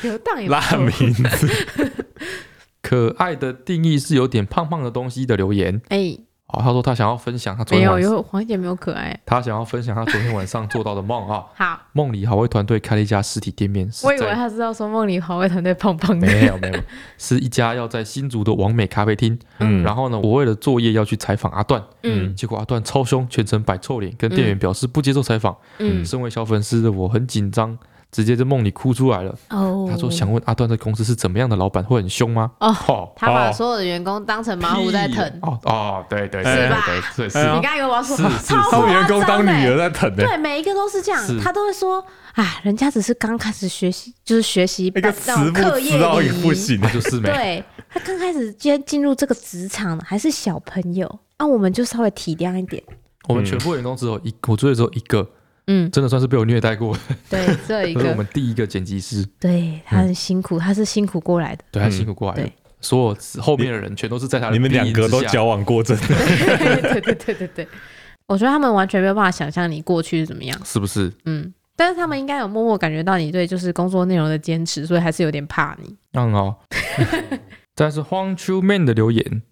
A: 游荡也不
C: 烂
A: 错。
C: 名字，
B: 可爱的定义是有点胖胖的东西的留言
A: 哎，
B: 哦，他说他想要分享他昨
A: 没
B: 天
A: 有，
B: 晚上，
A: 有黄姐没有可爱。
B: 他想要分享他昨天晚上做到的梦啊。
A: 好，
B: 梦里好味团队开了一家实体店面，是
A: 我以为
B: 在
A: 他知道说梦里华为团队胖胖的，
B: 没有没有，是一家要在新竹的王美咖啡厅。
C: 嗯，
B: 然后呢，我为了作业要去采访阿段，
A: 嗯
B: 结果阿段超凶，全程摆臭脸，跟店员表示不接受采访。
A: 嗯
B: 身为小粉丝的我很紧张，直接在梦里哭出来了。
A: 哦
B: 他说想问阿段在公司是怎么样的老板，会很凶吗？
A: 哦
B: 哦
A: 他把
C: 哦
A: 所有的员工当成马虎在
B: 屁
A: 疼。
B: 哦哦，对对对
C: 是
B: 对
A: 吧
B: 对对啊
C: 哎
B: 是
C: 呀
A: 你刚才以为我要说
B: 是是
A: 超
C: 他
A: 夸
C: 们员工
A: 张
C: 当女
A: 的
C: 儿在疼的、
A: 对，每一个都是这
B: 是
A: 样，他都会说，哎，人家只是刚开始学习，就是学习
C: 一个
A: 那
C: 词
A: 种
C: 不
A: 课业
C: 知道一个
A: 礼
C: 不
A: 仪。
C: 行啊
B: 那，就是没
A: 对他刚开始接进入这个职场还是小朋友，那、我们就稍微体谅一点。
B: 我们全部员工只有一，我最只有一个，
A: 嗯，
B: 真的算是被我虐待过。
A: 对，这一
B: 这 是我
A: 个，
B: 们第一个剪辑师，
A: 对他很辛苦，他是辛苦过来的。
B: 对他辛苦过来的
A: 对，
B: 所有后面的人全都是在他的
C: 你们
B: 庇荫
C: 两个都
B: 之下
C: 矫枉过正，
A: 对对对对对，我觉得他们完全没有办法想象你过去是怎么样。
B: 是不是？
A: 嗯，但是他们应该有默默感觉到你对就是工作内容的坚持，所以还是有点怕 你。
B: 嗯哦。但是荒丘 man 的留言，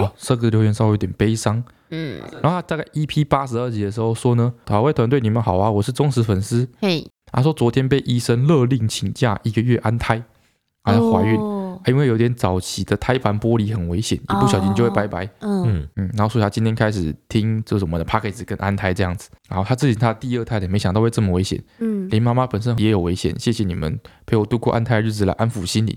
B: 哦，这个留言稍微有点悲伤。
A: 嗯，
B: 然后他大概 EP 八十二集的时候说呢，塔位团队你们好啊，我是忠实粉丝。
A: 嘿，
B: 他说昨天被医生勒令请假一个月安胎，她怀孕，
A: 哦
B: 因为有点早期的胎盘剥离很危险，一不小心就会拜拜。
A: 嗯
C: 嗯，
B: 嗯，然后所以他今天开始听就是我们的 p a c k a g e 跟安胎这样子，然后他自己他第二胎的，没想到会这么危险，
A: 嗯
B: 连妈妈本身也有危险，谢谢你们陪我度过安胎的日子来安抚心灵。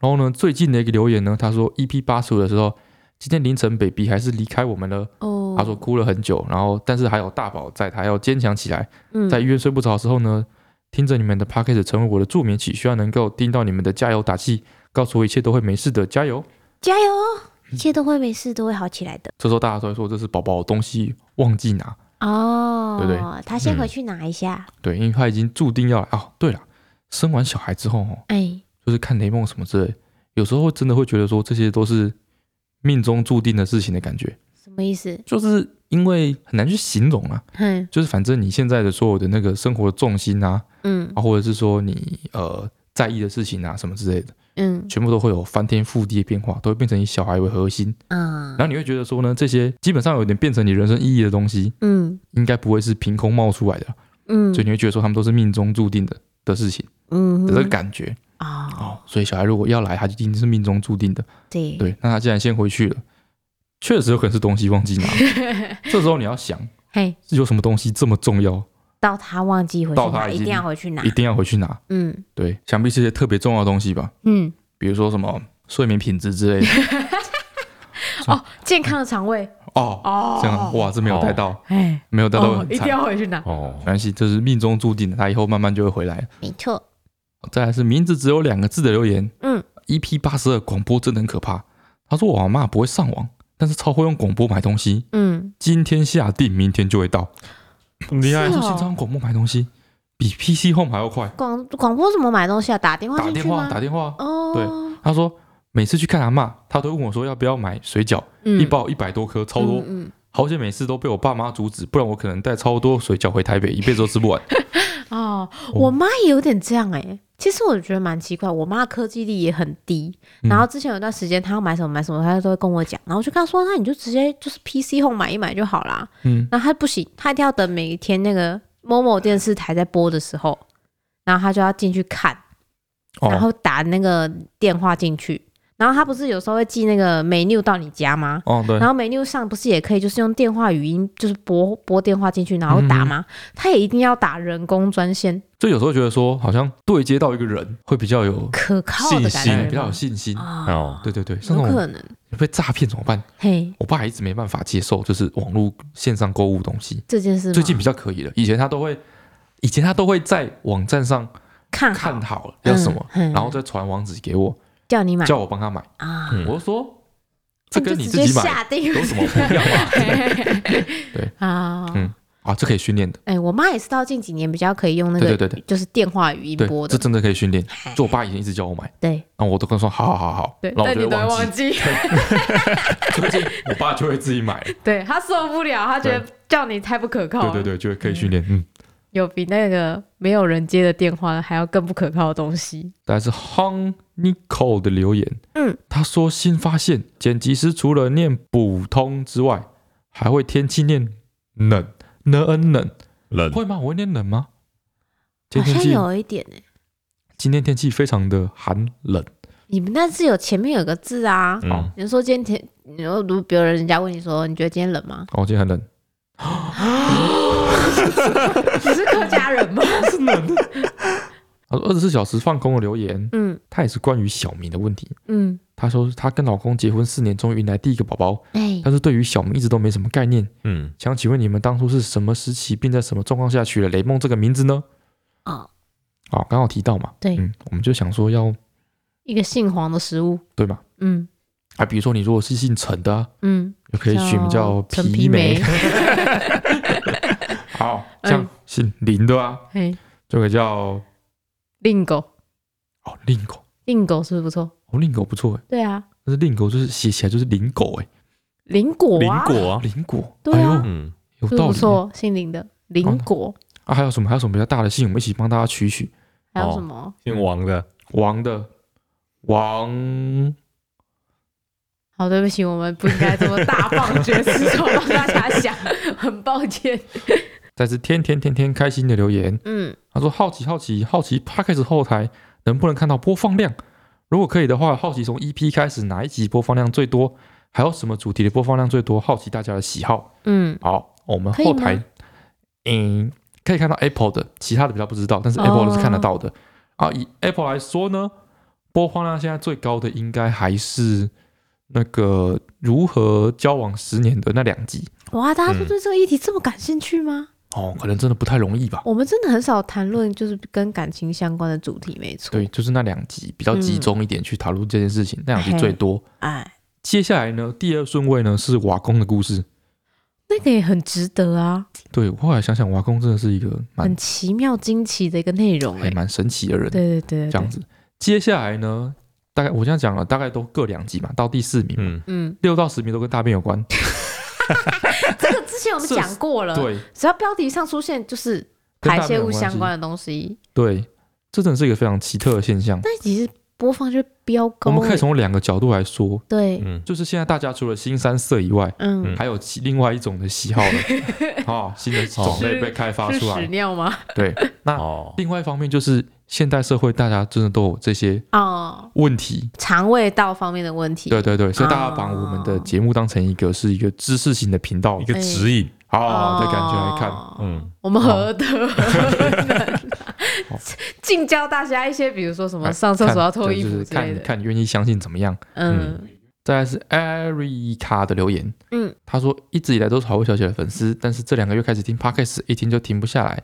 B: 然后呢，最近的一个留言呢，他说 EP 八十五的时候，今天凌晨 baby 还是离开我们了，
A: 哦
B: 他说哭了很久，然后但是还有大宝在，他要坚强起来，
A: 嗯
B: 在医院睡不着的时候呢，听着你们的 p a c k a g e 成为我的助眠曲，希望能够听到你们的加油打气，告诉我一切都会没事的，加油。
A: 加油，一
B: 嗯
A: 切都会没事，都会好起来的。
B: 这时候大家都会说这是宝宝东西忘记拿。
A: 哦，
B: 对不对嗯
A: 他先回去拿一下。
B: 对，因为他已经注定要来哦。对了，生完小孩之后哦，
A: 哎，
B: 就是看雷梦什么之类，有时候真的会觉得说这些都是命中注定的事情的感觉，
A: 什么意思？
B: 就是因为很难去形容啊。
A: 哼，
B: 就是反正你现在的所有的那个生活的重心啊，
A: 嗯
B: 啊或者是说你呃在意的事情啊什么之类的，
A: 嗯
B: 全部都会有翻天覆地的变化，都会变成以小孩为核心。
A: 啊
B: 然，后你会觉得说呢，这些基本上有点变成你人生意义的东西，
A: 嗯
B: 应该不会是凭空冒出来的，
A: 嗯
B: 所以你会觉得说他们都是命中注定的的事情
A: 嗯
B: 的这个感觉。
A: 啊，
B: 哦，嗯所以小孩如果要来，他就一定是命中注定的。
A: 对，
B: 对，那他既然先回去了，确实有可能是东西忘记拿了。 这时候你要想，
A: 嘿，
B: 是有什么东西这么重要，
A: 到他忘记回去
B: 到他
A: 拿，
B: 已
A: 一
B: 经
A: 定要回去拿
B: 一。定要回去拿？
A: 嗯
B: 对，想必是些特别重要的东西吧，
A: 嗯，
B: 比如说什么睡眠品质之类 的。
A: 哦，健康的肠胃
B: 哦，
A: 哦，
B: 这样哇，这没有带到，
A: 哎，
B: 没有带到
A: 哦，
B: 很
A: 一定
B: 惨。
A: 要回去拿，
C: 哦
B: 没，关系，这是命中注定的，他以后慢慢就会回来。
A: 没错。
B: 再来是名字只有两个字的留言，
A: 嗯
B: ，EP 八十二广播真的很可怕。他说我阿妈不会上网，但是超会用广播买东西，
A: 嗯，
B: 今天下定，明天就会
A: 哦
B: 到。
C: 厉害
A: 是
B: 说
A: 哦
B: 新昌广播买东西比 PC Home 还要快，
A: 广广播怎么买东西啊？打电话
B: 打
A: 进
B: 电
A: 去
B: 话
A: 吗？
B: 打电话。
A: 哦，
B: 他说每次去看阿嬷，他都问我说要不要买水饺，
A: 对
B: 一包一百多颗，超多。
A: 嗯，
B: 好险每次都被我爸妈阻止，不然我可能带超多水饺回台北，一辈子都 吃不完。
A: 嗯哦，我妈也有点这样哎、其实我觉得蛮奇怪，我妈科技力也很低。
B: 嗯
A: 然后之前有段时间，她要买什么买什么，她都会跟我讲。然后我就跟她说，那你就直接就是 PC 后买一买就好啦。
B: 嗯，
A: 然后她不行，她一定要等每一天那个某某电视台在播的时候，然后她就要进去看，然
B: 哦
A: 后打那个电话进去。然后她不是有时候会寄那个 menu 到你家吗？
B: 哦对
A: 然，后 menu 上不是也可以就是用电话语音，就是拨拨电话进去，然后打
B: 嗯
A: 吗？他也一定要打人工专线，
B: 就有时候觉得说好像对接到一个人会比较有
A: 可靠的感
C: 信心
A: 觉
B: 哎
A: 吗，
B: 比较有信心。
A: 啊
C: 哦，
B: 对对对，像
A: 有
B: 那种
A: 可能，
B: 被诈骗怎么办？
A: 嘿，
B: 我爸一直没办法接受，就是网络线上购物东西。
A: 这件事吗
B: 最近比较可以了，以前他都会，以前他都会在网站上
A: 看嗯好
B: 看好了要什么，
A: 嗯嗯
B: 然后再传网址给我，
A: 叫你买
B: 叫我帮他买。
A: 啊，
C: 嗯
B: 我就说这
A: 那就
B: 跟你
A: 直
B: 自
A: 接
B: 己买
A: 下定
B: 有什么不一样 吗？对
A: 啊，
B: 嗯啊，这可以训练的，
A: 哎，我妈也是到近几年比较可以用那
B: 对
A: 个，
B: 对对对
A: 就是电话语音
B: 对，
A: 拨
B: 这
A: 的，
B: 真的可以训 练。
A: 嘿
B: 就我爸以前一直叫我买，
A: 对
B: 然后我都跟他说好好好好，
A: 对，
B: 然后我
A: 但
B: 就
A: 你都会
B: 忘记
A: 忘。记，
B: 最近我爸就会自己买了，
A: 对他受不了，他觉得叫你太不可靠
B: 对
A: 了，
B: 对对，就可以训练。嗯，
A: 有比那个没有人接的电话还要更不可靠的东西。
B: 但是 Hong Nicole 的留言，
A: 嗯，
B: 他说新发现剪辑师除了念普通之外，还会天气念冷呢恩冷，
C: 冷
B: 会吗？我会念冷吗？今
A: 好
B: 天
A: 像
B: 天气
A: 有一点哎、
B: 今天天气非常的寒冷，
A: 你们那字有前面有个字啊。
C: 嗯
B: 好
A: 你说今天天，你说如果别人人家问你说你觉得今天冷吗？
B: 哦，今天很冷，
A: 你是客家人吗？
B: 是冷的。他说二十四小时放空的留言，
A: 嗯
B: 他也是关于小明的问题。
A: 嗯，
B: 他说她跟老公结婚四年，终于迎来第一个宝宝，
A: 哎、
B: 但是对于小明一直都没什么概念。
C: 嗯，
B: 想请问你们当初是什么时期，并在什么状况下取了雷梦这个名字呢？
A: 哦，
B: 哦，刚好提到嘛，
A: 对
B: 嗯，我们就想说要
A: 一个姓黄的食物。
B: 对嘛？
A: 嗯
B: 啊，比如说你如果是姓陈的、啊，
A: 嗯，
B: 就可以取名叫
A: 陈
B: 皮梅
A: 梅。。
B: 好，
A: 嗯
B: 像姓林的啊，
A: 嘿，
B: 就可以叫
A: 令狗，
B: 哦令狗，
A: 令狗是不是不错？
B: 哦令狗不错哎，
A: 对啊，
B: 但是令狗就是写起来就是林狗哎，
A: 林果
C: 林
A: 啊，
C: 果啊，
B: 林果，
A: 对啊
B: 哎
C: 嗯，
B: 呦，
A: 是不
B: 有道
A: 是不
B: 理哎
A: 错，姓林的林果，
B: 啊。还有什么还有什么比较大的姓，我们一起帮大家取一取。
A: 还有什么
C: 姓王的，
B: 王的王，
A: 好，对不起，我们不应该这么大放厥 词，说帮大家想， 很抱歉。
B: 再次天天天天开心的留言，
A: 嗯，
B: 他说好奇好奇好奇 p a c k a s 后台能不能看到播放量？如果可以的话，好奇从 EP 开始哪一集播放量最多？还有什么主题的播放量最多？好奇大家的喜好。
A: 嗯，
B: 好，我们
A: 可以吗
B: 后台，嗯，可以看到 Apple 的，其他的比较不知道，但是
A: 哦
B: Apple 的是看得到的。啊，以 Apple 来说呢，播放量现在最高的应该还是那个如何交往十年的那两集。
A: 哇，大
B: 嗯
A: 家都对这个议题这么感兴趣吗？
B: 哦，可能真的不太容易吧。
A: 我们真的很少谈论就是跟感情相关的主题，没错。嗯
B: 对，，就是那两集比较集中一点去讨论这件事情，那两集最多。
A: 哎，
B: 接下来呢，第二顺位呢是瓦工的故事。
A: 那个也很值得啊，
B: 对，我后来想想，瓦工真的是一个蛮
A: 很奇妙惊奇的一个内容
B: 还
A: 哎。
B: 蛮神奇的人，
A: 对对对，对嗯
B: 这样，子。接下来呢，大概我现在讲了，大概都各两集嘛，到第四名，
C: 嗯，
A: 嗯，
B: 六到十名都跟大便有关。
A: 这个之前我们
B: 这
A: 讲过了，
B: 对
A: 只要标题上出现就是
B: 跟
A: 排
B: 大便
A: 泄
B: 有
A: 物
B: 关
A: 相
B: 系
A: 关的东西，
B: 对，这真的是一个非常奇特的现象。
A: 但其实播放就飙
B: 我
A: 高欸。
B: 们可以从两个角度来说，
A: 对，
C: 嗯，
B: 就是现在大家除了新三色以外，
A: 嗯，
B: 还有其另外一种的喜好了， 哦，新的种类被开发
A: 是
B: 出
A: 屎
B: 来。
A: 尿吗？
B: 对，那
C: 哦，
B: 另外一方面就是现代社会，大家真的都有这些
A: 哦，
B: 问题。
A: 肠胃道方面的问题。
B: 对对对，所以大家
A: 哦
B: 把我们的节目当成一个是一个知识型的频道
C: 一个指引，
B: 啊的感觉来看，
A: 哦
C: 哎嗯，
A: 我们何德何能 啊？
B: 哦
A: 尽教大家一些，比如说什么
B: 哎
A: 上厕所要
B: 看
A: 脱衣
B: 就
A: 服
B: 是
A: 之类
B: 看
A: 的。
B: 看你愿意相信怎么样。
A: 嗯
B: 再来是艾瑞卡的留言，
A: 嗯，
B: 他说一直以来都是好味小姐的粉丝，但是这两个月开始听 podcast，一听就停不下来，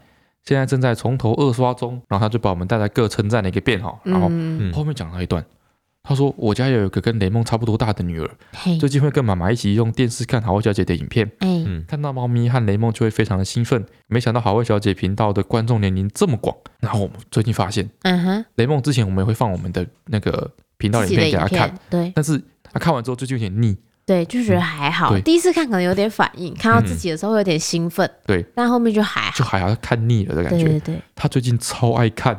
B: 现在正在从头二刷中，然后他就把我们大家各称赞了一个遍哈，然后
A: 嗯，
C: 嗯
B: 后面讲了一段，他说我家也有一个跟雷梦差不多大的女儿，
A: 嘿，
B: 最近会跟妈妈一起用电视看好味小姐的影片，
A: 哎，
C: 嗯，
B: 看到猫咪和雷梦就会非常的兴奋。没想到好味小姐频道的观众年龄这么广。然后我们最近发现，
A: 嗯哼，
B: 雷梦之前我们也会放我们的那个频道
A: 自
B: 影
A: 己的
B: 片给
A: 影
B: 她看，
A: 片，对
B: 但是她看完之后最近有点腻。
A: 对，就觉得还好。
B: 对
A: 第一次看可能有点反应，看到
C: 嗯
A: 自己的时候会有点兴奋，
B: 对，
A: 但后面就还好。
B: 就还好看腻了的感
A: 对
B: 觉
A: 对。对，
B: 她最近超爱看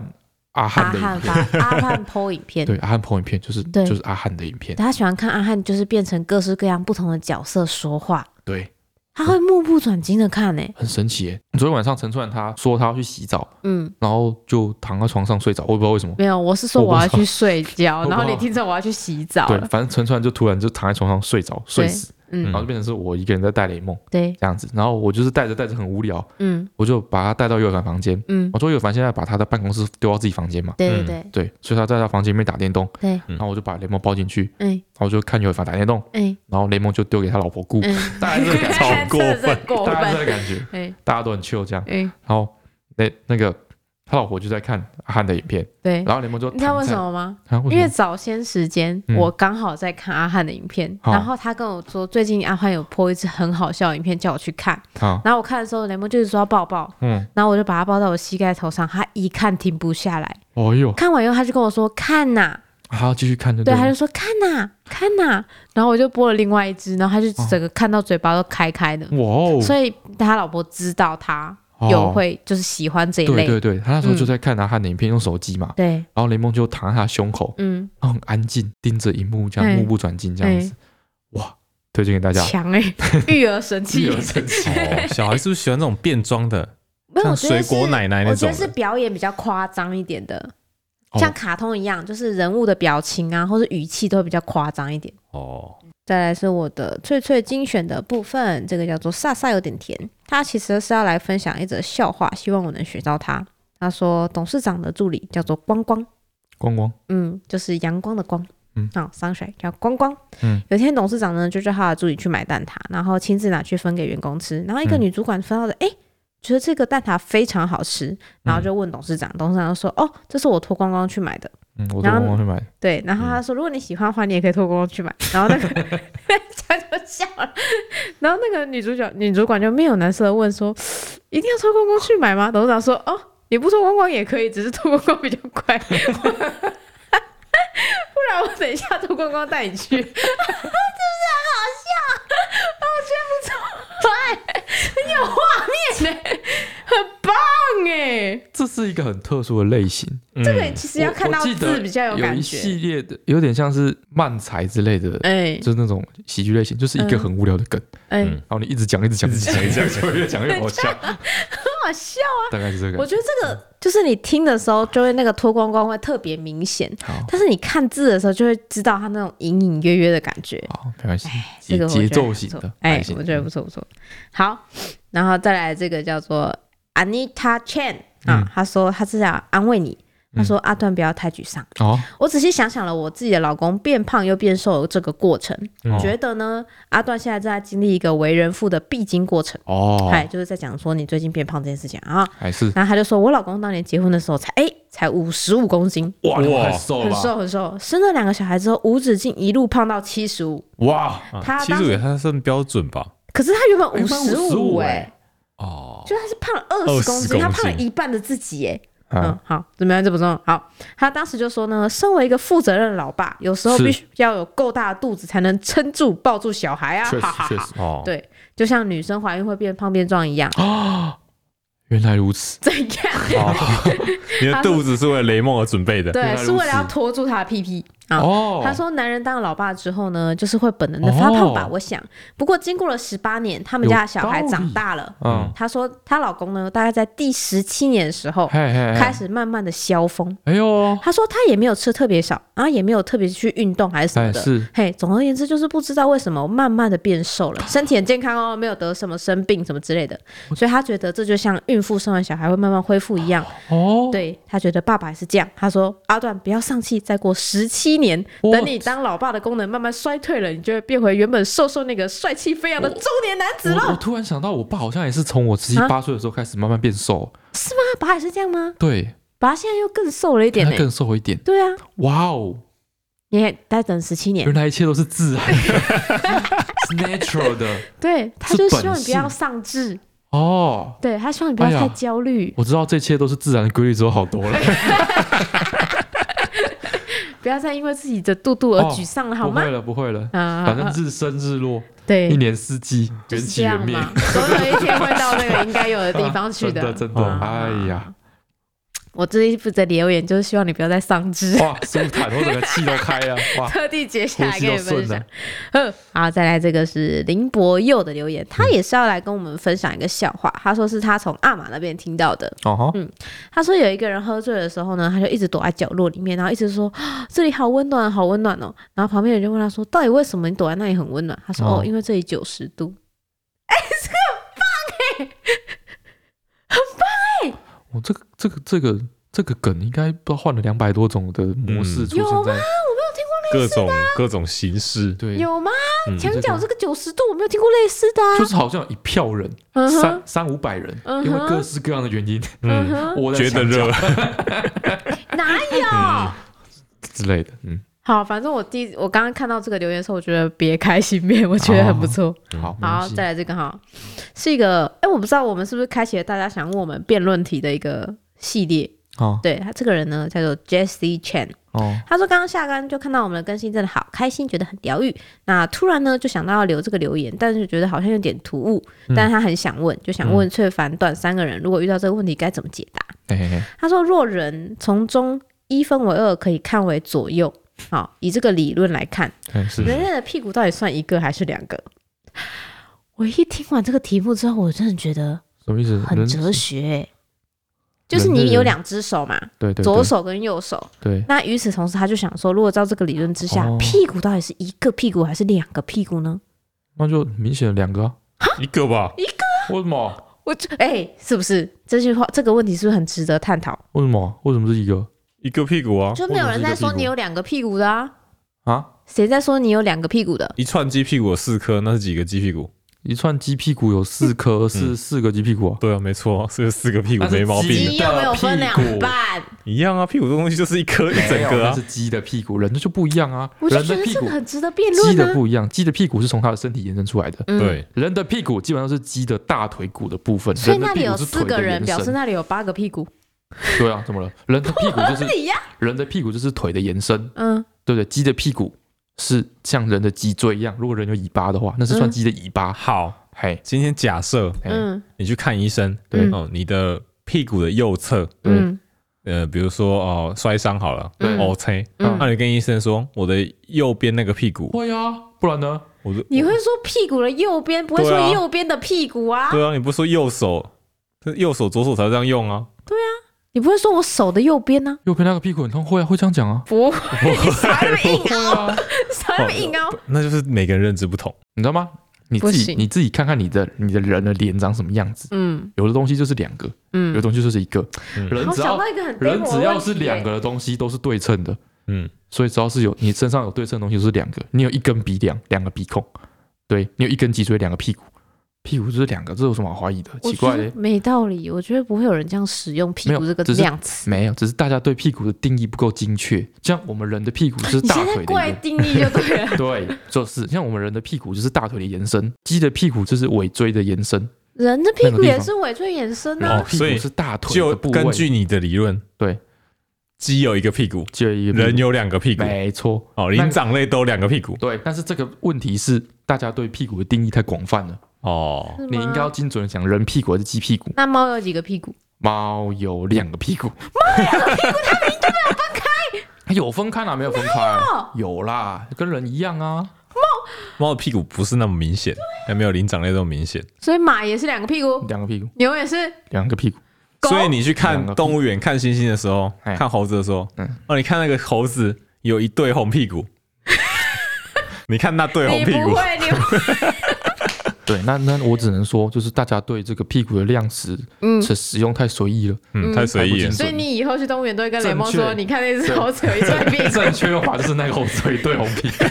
B: 阿
A: 阿
B: 汉的
A: 汉
B: 影
A: 发
B: 片，
A: 阿 汉 PO 影片，
B: 对阿汉朋友影片就是
A: 对
B: 就是阿汉的影片，
A: 他喜欢看阿汉，就是变成各式各样不同的角色说话，
B: 对，
A: 他会目不转睛的看呢、欸
B: 很神奇耶。昨天晚上陈川他说他要去洗澡，
A: 嗯，
B: 然后就躺在床上睡着，我也不知道为什么。
A: 没有，我是说
B: 我不
A: 我要
B: 知道
A: 去睡觉，
B: 我不知
A: 然
B: 道
A: 后你听着我要去洗澡
B: 对，
A: 了。
B: 反正陈川就突然就躺在床上睡着，睡
A: 对
B: 死，
A: 嗯
B: 然后就变成是我一个人在带雷梦。
A: 对，
B: 这样子。然后我就是带着带着很无聊，
A: 嗯
B: 我就把他带到幼儿园房间。
A: 嗯，
B: 我说幼儿园现在把他的办公室丢到自己房间嘛，
A: 对对
C: 嗯
A: 对
B: 对，所以他在他房间里面打电动。
A: 对，
B: 然后我就把雷蒙抱进去，
A: 嗯
B: 然后我就看幼儿园打电动，
A: 嗯
B: 然后雷蒙就丢给他老婆顾，
A: 嗯，
B: 哦大概是这个感觉，
C: 超过
A: 真
C: 分
A: 的是过
B: 大概是
A: 分，
B: 这个感觉，
A: 哎
B: 大家都很 chill 这样。
A: 哎，
B: 然后那那个他老婆就在看阿汉的影片，
A: 对，
B: 然后雷蒙就
A: 哎你知道为什
B: 躺
A: 么吗？
B: 在？啊，为
A: 因为
B: 什么？
A: 早先时间
B: 嗯
A: 我刚好在看阿汉的影片，
B: 好
A: 然后他跟我说最近阿汉有播一支很好笑的影片，叫我去看。
B: 啊，
A: 然后我看的时候，雷蒙就是说要抱抱，
B: 嗯，
A: 然后我就把他抱到我膝盖头上，他一看停不下来。
B: 哦哟，
A: 看完以后，他就跟我说：“看呐、
B: 还要继续看就
A: 对，
B: 了
A: 他就说：“看呐、看呐、然后我就拨了另外一只，然后他就整个看到嘴巴都开开的。
B: 哇哦，
A: 所以他老婆知道他
B: 哦
A: 有会嗯就是喜欢这一
B: 对
A: 类，
B: 对对，他那时候就在看阿汉的影片，用手机嘛，
A: 对
B: 然后雷蒙就躺在他胸口，
A: 嗯，
B: 然后很安静，盯着荧幕这样
A: 嗯
B: 目不转睛这样子，哇，推荐给大家。
A: 强哎、育儿神器 欸
B: 育，儿神器
C: 哦，小孩是不是喜欢这种变装的？
A: 没有，我
C: 像
A: 觉得
C: 水
A: 是
C: 果奶奶那
A: 我觉
C: 种
A: 得是
C: 的？
A: 表演比较夸张一点的，
B: 哦
A: 像卡通一样，就是人物的表情啊，或是语气都会比较夸张一点。
C: 哦，
A: 再来是我的脆脆精选的部分，这个叫做“飒飒有点甜”，它其实是要来分享一则笑话，希望我能学到它。他说，董事长的助理叫做光光，
B: 光光
A: 嗯，就是阳光的光，
B: 嗯
A: 好、sunshine 叫光光。
C: 嗯，
A: 有一天董事长呢就叫他的助理去买蛋挞，然后亲自拿去分给员工吃。然后一个
B: 嗯
A: 女主管分到的，哎、觉得这个蛋挞非常好吃，
B: 嗯
A: 然后就问董事长，董事长就说，哦，这是我托光光去买的。
B: 嗯，我说
A: 然后
B: 光光去买，
A: 对，然
B: 嗯
A: 后他说，如果你喜欢的话，你也可以透过去买。 然后那个他就笑了， 然后那个女主角女主管就面有难色的问说，一定要透过光去买吗？董事长说，哦，你不透光光也可以，只是透光光比较快。 不然我等一下透光光带你去，是不 是很哦 好笑？哦，我觉得不错，哎，很有画面呢，很棒哎。
B: 这是一个很特殊的类型，
C: 这
A: 这个其嗯实要
B: 嗯我
A: 看
B: 我
A: 到
B: 记得
A: 字比较有
B: 有
A: 感
B: 一
A: 觉，
B: 系列的有点像是漫才之类的，
A: 哎
B: 就是那种喜剧类型，就是一个
A: 嗯
B: 很无聊的梗，
A: 哎，
C: 嗯
B: 然后你一直讲，一直讲，一直 讲，一直讲，越讲越好笑，
A: 好笑。
B: 大概是这个
A: 我。觉得这个就是你听的时候，就会那个脱光光会特别明显，
B: 好，
A: 但是你看字的时候就会知道它那种隐隐约约的感觉。
B: 好，没关系，
A: 哎这个我觉得
B: 节奏
A: 还
B: 型
A: 不错
B: 的，
A: 哎
B: 还，行
A: 我觉得不错不错。好，然后再来这个叫做 Anita Chen 啊
B: 嗯，
A: 她说她是想安慰你，她说阿段不要太沮丧。
B: 哦，
A: 我仔细想想了我自己的老公变胖又变瘦的这个过程，
B: 嗯
A: 觉得呢阿段现在正在经历一个为人父的必经过程。
B: 哦，
A: 哎，就是在讲说你最近变胖这件事情啊。
B: 还是
A: 然后他就说，我老公当年结婚的时候才哎、才五十五公斤，
B: 哦哇，你们
C: 哇
B: 太瘦了
A: 很
B: 吧，
A: 瘦很瘦。生了两个小孩之后，无止境一路胖到七十五，
B: 哇，
A: 他当
C: 啊，七十五也算算标准吧？
A: 可是他原本五
B: 原本
A: 十
B: 55
A: 哎
B: 哎，
C: 哦，
A: 就他是胖了二十公
C: 20
A: 斤，他
C: 公斤
A: 胖了一半的自己哎。嗯
B: 啊，，
A: 好，怎么样？这不重要。好，他当时就说呢，身为一个负责任的老爸，有时候必须要有够大的肚子才能撑住抱住小孩啊，
B: 嗯确实
A: 哈哈
B: 确
A: 哈。
B: 实
C: 哦，
A: 对就像女生怀孕会变胖变壮一样，
B: 啊，原来如此，
A: 怎 样？
C: 你的肚子是为了雷梦而准备的。
A: 对，
B: 原来如
A: 是为了要
B: 此
A: 拖住他的屁屁啊。
B: 哦，
A: 他说：“男人当了老爸之后呢，就是会本能的发胖吧，
B: 哦
A: 我想。不过经过了十八年，他们家的小孩长大了。
B: 嗯，
A: 她说，她老公呢，大概在第十七年的时候
B: 嘿嘿，嘿
A: 开，始慢慢的消风。
B: 哎呦，
A: 她说，她也没有吃特别少，然后也没有特别去运动还是什么
B: 哎
A: 的。
B: 是，
A: 嘿，总而言之，就是不知道为什么慢慢的变瘦
B: 啊
A: 了，身体很健康哦，没有得什么生病什么之类的。所以她觉得这就像孕妇生完小孩会慢慢恢复一样。
B: 哦，
A: 对他觉得爸爸也是这样，他说阿段不要丧气，再过十七年，
B: 哇
A: 等你当老爸的功能慢慢衰退了，你就会变回原本瘦瘦那个帅气飞扬的中年男子
B: 我我
A: 喽。
B: 突然想到，我爸好像也是从我十七
A: 啊
B: 八岁的时候开始慢慢变瘦，
A: 那爸也是这样吗？
B: 对，
A: 爸现在又更瘦了一点
B: 他
A: 呢、
B: 更瘦一点。
A: 对啊，
B: 哇哦，
A: 你也待等十七年
B: 原。来一切都是 自然 的是，natural 的。
A: 对，他
B: 是
A: 就
B: 本
A: 希望你不要
B: 性
A: 丧志，
B: 哦，
A: 对他希望你不要
B: 哎呀
A: 太焦虑，
B: 我知道这一切都是自然的规律之后好多了，
A: 不要再因为自己的肚肚而
B: 哦
A: 沮丧 了，好
B: 不
A: 吗
B: 会？了，不会了。
A: 啊，
B: 反正日升日落，
A: 对
B: 一，年四季，
A: 就
B: 缘
A: 是这
B: 起缘
A: 样
B: 灭。
A: 嘛，总有一天会到那个应该有的地方去
B: 真的真的
A: 啊
B: 哎呀，
A: 我这一负责留言就是希望你不要再丧志，
B: 哇，舒坦，我整个气都开了，哇，
A: 特地截下
B: 呼
A: 来
B: 吸
A: 跟
B: 都
A: 你分
B: 顺
A: 享
B: 了。。
A: 嗯，好，再来这个是林博佑的留言，他也是要来跟我们分享一个笑话。他说是他从阿玛那边听到的。
B: 哦哈，
A: 他说有一个人喝醉的时候呢，他就一直躲在角落里面，然后一直说啊这里好温暖，好温暖哦。然后旁边人就问他说，到底为什么你躲在那里很温暖？他说哦
B: 哦
A: 因为这里九十度。
B: 我这个这个这个这个梗应该不知道换了两百多种的模式
C: 嗯
B: 出现
A: 有
B: 在
C: 各种各种形式，
B: 对，
A: 有吗？
C: 嗯
A: 墙
B: 这
A: 角
B: 个
A: 这个九十度我没有听过类似的啊。
B: 就是好像有一票人，
A: 嗯哼
B: 三三五百人，
A: 嗯哼
B: 因为各式各样的原因，
A: 嗯
C: 嗯，
A: 哼，
B: 我在
C: 觉得
B: 墙角
C: 热，
A: 哪有？
B: 嗯之类的，嗯，
A: 好，反正我第我刚刚看到这个留言的时候，我觉得别开心面，我觉得很不错。
B: 好，嗯没
A: 好，
B: 关系
A: 再来这个哈，是一个哎、我不知道我们是不是开启了大家想问我们辩论题的一个系列。
B: 哦
A: 对他这个人呢叫做 Jesse Chen，
B: 哦，
A: 他说刚刚下班就看到我们的更新真的好开心，觉得很疗愈。那突然呢就想到要留这个留言，但是觉得好像有点突兀，但是他很想问，就想问翠凡段三个人如果遇到这个问题该怎么解答。
B: 嘿嘿嘿，
A: 他说：“若人从中一分为二，可以看为左右。好，以这个理论来看，
B: 嗯是
A: 人类的屁股到底算一个还是两个？我一听完这个题目之后，我真的觉得
B: 什么意思？
A: 很
B: 人
A: 哲学欸、就是
B: 人类
A: 你有
B: 的
A: 两只手嘛，
B: 对对
A: 左
B: 对
A: 手跟右手。
B: 对，
A: 那与此同时，他就想说，如果照这个理论之下，
B: 哦
A: 屁股到底是一个屁股还是两个屁股呢？
B: 那就明显两个啊，
C: 一个吧，
B: 为什么？
A: 我就哎、是不是这句话这个问题是不是很值得探讨？
B: 为什么？为什么是一个
C: 一个屁股啊，
A: 就没有人在说你有两个屁股的啊，
B: 啊？
A: 谁在说你有两个屁股的？
C: 一串鸡屁股有四颗，那是几个鸡屁股？
B: 一串鸡屁股有四
C: 嗯
B: 颗，是四个鸡屁股啊？
C: 对啊，没错 啊，是四个屁股
B: 那是
C: 没毛
B: 鸡
C: 病
A: 鸡
C: 的，
A: 又没有分两半，
C: 一样啊，屁股这东西就是一颗一整
B: 没有
C: 个
B: 那
C: 啊
B: 是，鸡的屁股，人的就不一样啊。
A: 我就
B: 人
A: 觉
B: 的
A: 得
B: 屁
A: 这
B: 股
A: 个，很值得辩
B: 鸡
A: 论
B: 的
A: 啊。
B: 不一样，鸡的屁股是从它的身体延伸出来的。
A: 嗯，
C: 对，
B: 人的屁股基本上是鸡的大腿骨的部分，
A: 所以那里
B: 人
A: 有
B: 的屁股是
A: 四
B: 腿
A: 个
B: 的
A: 人，
B: 延
A: 表示
B: 伸。
A: 那里有八个屁股。
B: 对啊，怎么了？人的屁股就是
A: 呀、
B: 人的屁股就是腿的延伸，
A: 嗯，
B: 对不对？鸡的屁股是像人的脊椎一样，如果人有尾巴的话，那是算
A: 嗯
B: 鸡的尾巴。
C: 好，
B: 嘿，
C: 今天假设哎
B: 嘿
A: 嗯
C: 你去看医生，
A: 对
C: 哦，你的屁股的右侧，
A: 嗯嗯
C: 呃，比如说哦摔伤好了，
B: 对
C: 哦切，
A: 嗯
C: 那你跟医生说我的右边那个屁股，
B: 会啊，不然呢？
C: 我的
A: 你会说屁股的右边，不会
C: 对
A: 说
C: 啊
A: 右边的屁股啊？
C: 对啊，你不是说右手，这右手左手才会这样用啊，
A: 你不会说我手的右边呢、
B: 右边那个屁股很痛，会啊，会这样讲啊。
A: 不 会，你少在 那边硬
B: 会
A: 凹，
B: 啊，
A: 少在那边硬哦凹。
C: 那就是每个人认知不同。
B: 你知道吗？你
A: 不
B: 自己
A: 行
B: 你自己看看你的你的人的脸长什么样子，
A: 嗯
B: 有的东西就是两个，有
A: 嗯，
B: 的东西就是一个。
C: 嗯
B: 人
A: 我
B: 只
A: 想
B: 要
A: 到一个很 demo
B: 人只要
A: 的问题
B: 是两个的东西都是对称的，
C: 嗯，
B: 所以只要是有你身上有对称的东西就是两个，你有一根鼻梁，两个鼻孔，对你有一根脊椎，两个屁股，屁股就是两个，这有什么好怀疑的？
A: 我
B: 奇
A: 觉
B: 怪
A: 得
B: 嘞，
A: 没道理，我觉得不会有人这样使用“屁股”
B: 没有
A: 这个
B: 只是
A: 量词。
B: 没有，只是大家对屁股的定义不够精确。像我们人的屁股是
A: 你
B: 大
A: 现在
B: 腿的
A: 怪
B: 延，
A: 定义就对了。
B: 对，就是像我们人的屁股就是大腿的延伸，鸡的屁股就是尾椎的延伸，
A: 人的屁
B: 那
A: 股
B: 个地
A: 也
B: 方
A: 是尾椎延伸
B: 人
A: 啊
B: 的
C: 哦，
B: 屁
C: 所以
B: 股是大腿
C: 就
B: 的部位。
C: 根据你的理论，
B: 对，
C: 鸡有一个屁股，
B: 就一个
C: 人有两个屁股，
B: 没错，那
C: 哦，灵长类都两个屁股，
B: 对，但是这个问题是大家对屁股的定义太广泛了，
C: 哦，
A: 是
B: 你应该要
A: 吗
B: 精准的讲人屁股还是鸡屁股。
A: 那猫有几个屁股？
B: 猫有两个屁股，猫 有两个屁股，它明明就没有分开，有分开啊哪没有分开？
C: 哦
B: 有啦，跟人一样啊。
C: 猫的屁股不是那么明显，还没有灵长类这么明显，
A: 所以马也是两个屁股，
B: 两个屁股，
A: 牛也是。
B: 两个屁股，
A: 狗
C: 所以你去
B: 两
C: 看
B: 个屁股
C: 动物园看猩猩的时候，
B: 哎
C: 看猴子的时候
B: 嗯，
C: 哦，你看那个猴子有一对红 屁股，你看那对 红
A: 你
C: 屁
A: 不
C: 股，
A: 会，你不
B: 对，那那我只能说，就是大家对这个屁股的量词
A: 嗯，
B: 是使用太随意了，
C: 嗯，太随意了
B: 嗯，
A: 所以你以后去动物园都会跟雷梦
B: 正
A: 说，
B: 确
A: 你看那只猴子有一串屁股。
B: 正确用法就是那个红嘴对红屁股，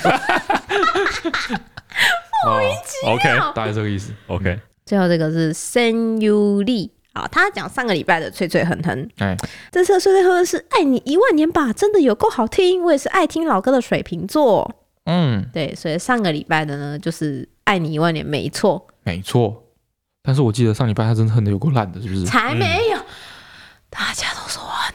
C: 哦，OK
B: 大概这个意思。
C: OK，
A: 最后这个是森优利。好，他讲上个礼拜的脆脆狠狠，
B: 哎，
A: 这次的脆脆狠狠是爱你一万年吧，真的有够好听。我也是爱听老歌的水瓶座，
B: 嗯，
A: 对，所以上个礼拜的呢就是爱你一万年，没错，
B: 没错。但是我记得上礼拜他真的恨的有够烂的，是不是？
A: 才没有，大家都说我很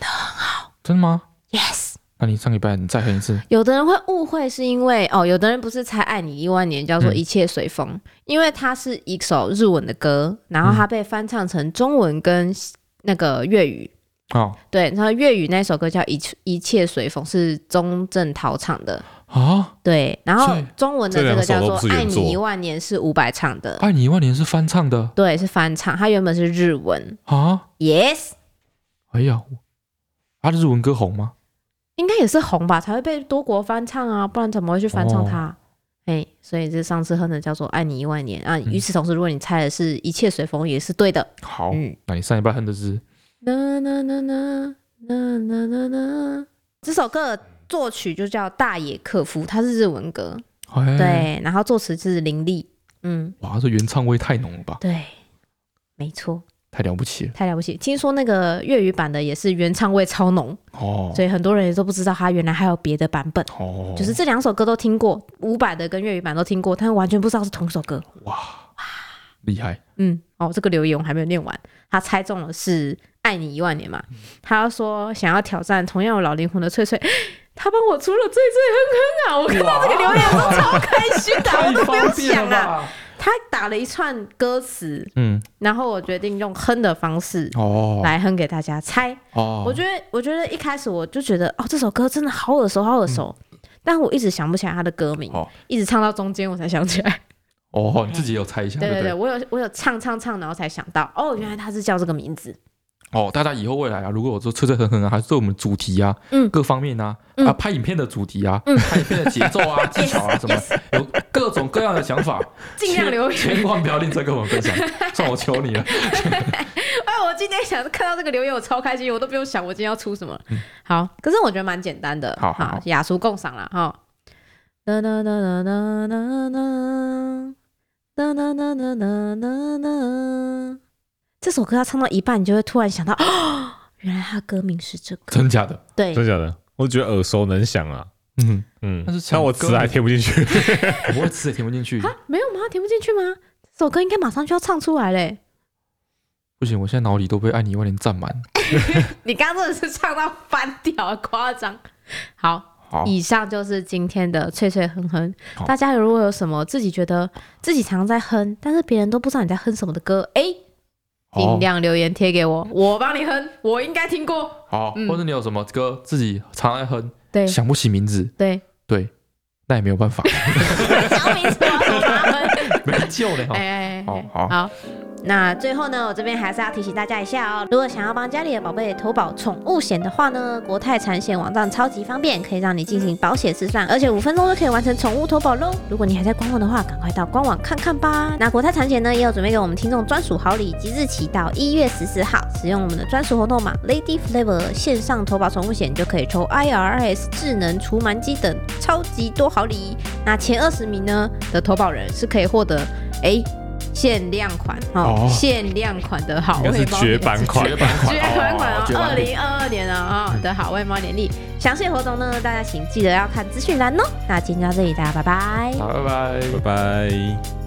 B: 真的吗？
A: yes。
B: 那你上礼拜你再哼一次，
A: 有的人会误会是因为哦，有的人不是才爱你一万年叫做
B: 嗯
A: 一切随风，因为它是一首日文的歌，然
C: 嗯
A: 后它被翻唱成中文跟那个粤语，
B: 哦
A: 对，然后粤语那首歌叫《一切一切随风》，是钟镇涛唱的。
B: 啊，
A: 对，然后
B: 所以
A: 中文的这个
C: 这
A: 叫
C: 两首
A: 做
C: 都不是
A: 《爱
C: 原作哦
A: 你一万年》是伍佰唱的，
B: 爱你一万年是翻唱的
A: 对，是翻唱。它原本是日文
B: 啊！
A: ，yes，
B: 哎呀，他的日文歌红吗？
A: 应该也是红吧，才会被多国翻唱啊，不然怎么会去翻
B: 哦
A: 唱它？哎，所以这上次哼的叫做《爱你一万年》啊。
B: 嗯
A: 与此同时，如果你猜的是一切随风，也是对的。
B: 好，
A: 嗯，
B: 那你上礼拜哼的是
A: 呐呐呐呐呐呐呐呐，这首歌的作曲就叫大野克夫，它是日文歌。
B: 哎，，
A: 对，然后作词是林立，嗯，
B: 哇，这原唱味太浓了吧，
A: 对，没错，
B: 太了不起了
A: 太了不起。听说那个粤语版的也是原唱味超浓，
B: 哦
A: 所以很多人也都不知道他原来还有别的版本。
B: 哦，
A: 就是这两首歌都听过，伍佰的跟粤语版都听过，但完全不知道是同一首歌。
B: 哇厉害，
A: 嗯，哦，这个留言我还没有念完，他猜中了是《爱你一万年》
B: 嗯
A: 嘛？他要说想要挑战同样有老灵魂的翠翠，他帮我出了最最哼哼啊！我看到这个留言我都超开心的，我都不用想啦。
B: 吧？
A: 他打了一串歌词，
B: 嗯
A: 然后我决定用哼的方式
B: 哦
A: 来哼给大家猜。
B: 哦，
A: 我觉得，我觉得一开始我就觉得，哦，这首歌真的好耳熟，好耳熟。但我一直想不起来他的歌名，
B: 嗯哦
A: 一直唱到中间我才想起来。
B: 哦，你自己有猜一下，
A: 对
B: 不
A: 对对，
B: 对？
A: 我有我有唱唱唱，然后才想到，哦，原来他是叫这个名字。
B: 哦，大家以后未来啊，如果我说吹吹哼哼啊，还是对我们主题啊，
A: 嗯
B: 各方面啊，
A: 嗯
B: 啊，拍影片的主题啊，
A: 嗯
B: 拍影片的节奏 啊、技巧啊，什么有各种各样的想法，
A: 尽量 留言。
B: 千千万不要吝啬跟我 们分享，算我求你了。
A: 哎，我今天想看到这个留言，我超开心，我都不用想我今天要出什么了。好，可是我觉得蛮简单的，
B: 好好好
A: 雅俗共赏啦，哈。哒哒哒哒哒哒哒哒哒哒哒哒哒哒。这首歌要唱到一半，你就会突然想到，哦，原来它歌名是这个。
B: 真假的？
A: 对，
C: 真的假的？我觉得耳熟能详啊，
B: 嗯，
C: 嗯，
B: 但是唱
C: 但我
B: 歌
C: 词还贴不 进去，
B: 我的词也填不进去，
A: 啊，没有吗？填不进去吗？这首歌应该马上就要唱出来嘞。
B: 不行，我现在脑里都被“爱你万年”占满。
A: 你刚刚真的是唱到翻掉，夸张。好，
B: 好，
A: 以上就是今天的脆脆哼哼
B: 哦好。
A: 大家如果有什么自己觉得自己常在哼，但是别人都不知道你在哼什么的歌，哎、
B: 好
A: 尽量留言贴给我，我帮你哼，我应该听过。
B: 好，
A: 嗯
B: 或者你有什么歌自己常爱哼，
A: 对
B: 想不起名字，
A: 对，
B: 对，那也没有办法，
A: 小米怎么怎么哼？
B: 没救了。哈
A: 哎哎，
B: 好
A: 哎
B: 好
A: 那最后呢，我这边还是要提醒大家一下哦，如果想要帮家里的宝贝投保宠物险的话呢，国泰产险网站超级方便，可以让你进行保险试算，而且五分钟就可以完成宠物投保喽。如果你还在观望的话，赶快到官网看看吧。那国泰产险呢，也有准备给我们听众专属好礼，即日起到一月十四号，使用我们的专属活动码 Lady Flavor 线上投保宠物险，就可以抽 IRS 智能除螨机等超级多好礼。那前二十名呢的投保人是可以获得哎限量款哦
B: 哦
A: 限量款的好
C: 应该
A: 味
C: 是
A: 猫
C: 绝版款
B: 绝版款，
A: 绝版款
B: 哦
A: 哦，
B: 绝版嗯
A: 二
B: 款
A: 零二二年了啊的好味猫年历。详细活动呢，大家请记得要看资讯栏哦。那今天到这里，大家拜拜。
B: 好，拜拜。
C: 拜拜。